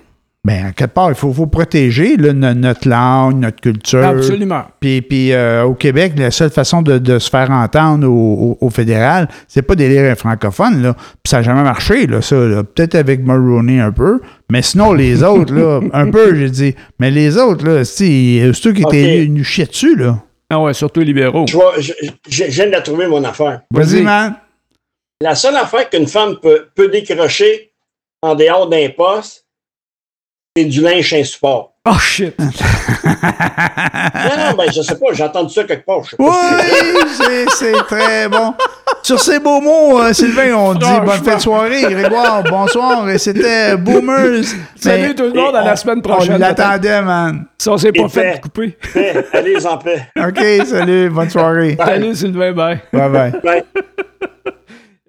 S1: Ben, à quelque part, il faut, faut protéger là, no- notre langue, notre
S2: Euh,
S1: culture.
S2: Ben, Absolument.
S1: Puis, puis, euh, au Québec, la seule façon de, de se faire entendre au, au- au fédéral, c'est pas d'élire un francophone, là. Puis ça n'a jamais marché, là, ça. là. Peut-être avec Mulroney un peu, mais sinon, les autres, là, un peu, j'ai dit. Mais les autres, là, si, euh, ceux qui étaient
S3: Ok.
S1: élus, ils nous chiaient dessus, là.
S2: Ah ouais, surtout les libéraux.
S3: Je vais- je- je- je viens de la trouver, mon affaire.
S1: Vas-y,
S2: Vas-y.
S1: man.
S3: La seule affaire qu'une femme peut, peut décrocher en dehors d'un poste, c'est du linge support.
S2: Oh shit!
S3: Non, non, ben, je sais pas, j'ai entendu ça quelque part. Je sais
S1: Oui,
S3: pas si-
S1: c'est- c'est très bon. Sur ces beaux mots, euh, Sylvain, on dit
S2: Franchement.
S1: bonne fin de soirée. Grégoire, bonsoir. Et c'était Boomers. Mais
S2: Salut tout le monde, à la semaine
S1: on
S2: prochaine. peut-être.
S1: l'attendait, man.
S2: Si on s'est pas
S3: Et
S2: fait
S3: fait.
S2: couper.
S3: Paix, allez en paix.
S1: OK, salut. Bonne soirée.
S2: Salut Sylvain, bye.
S1: Bye-bye.
S3: Bye.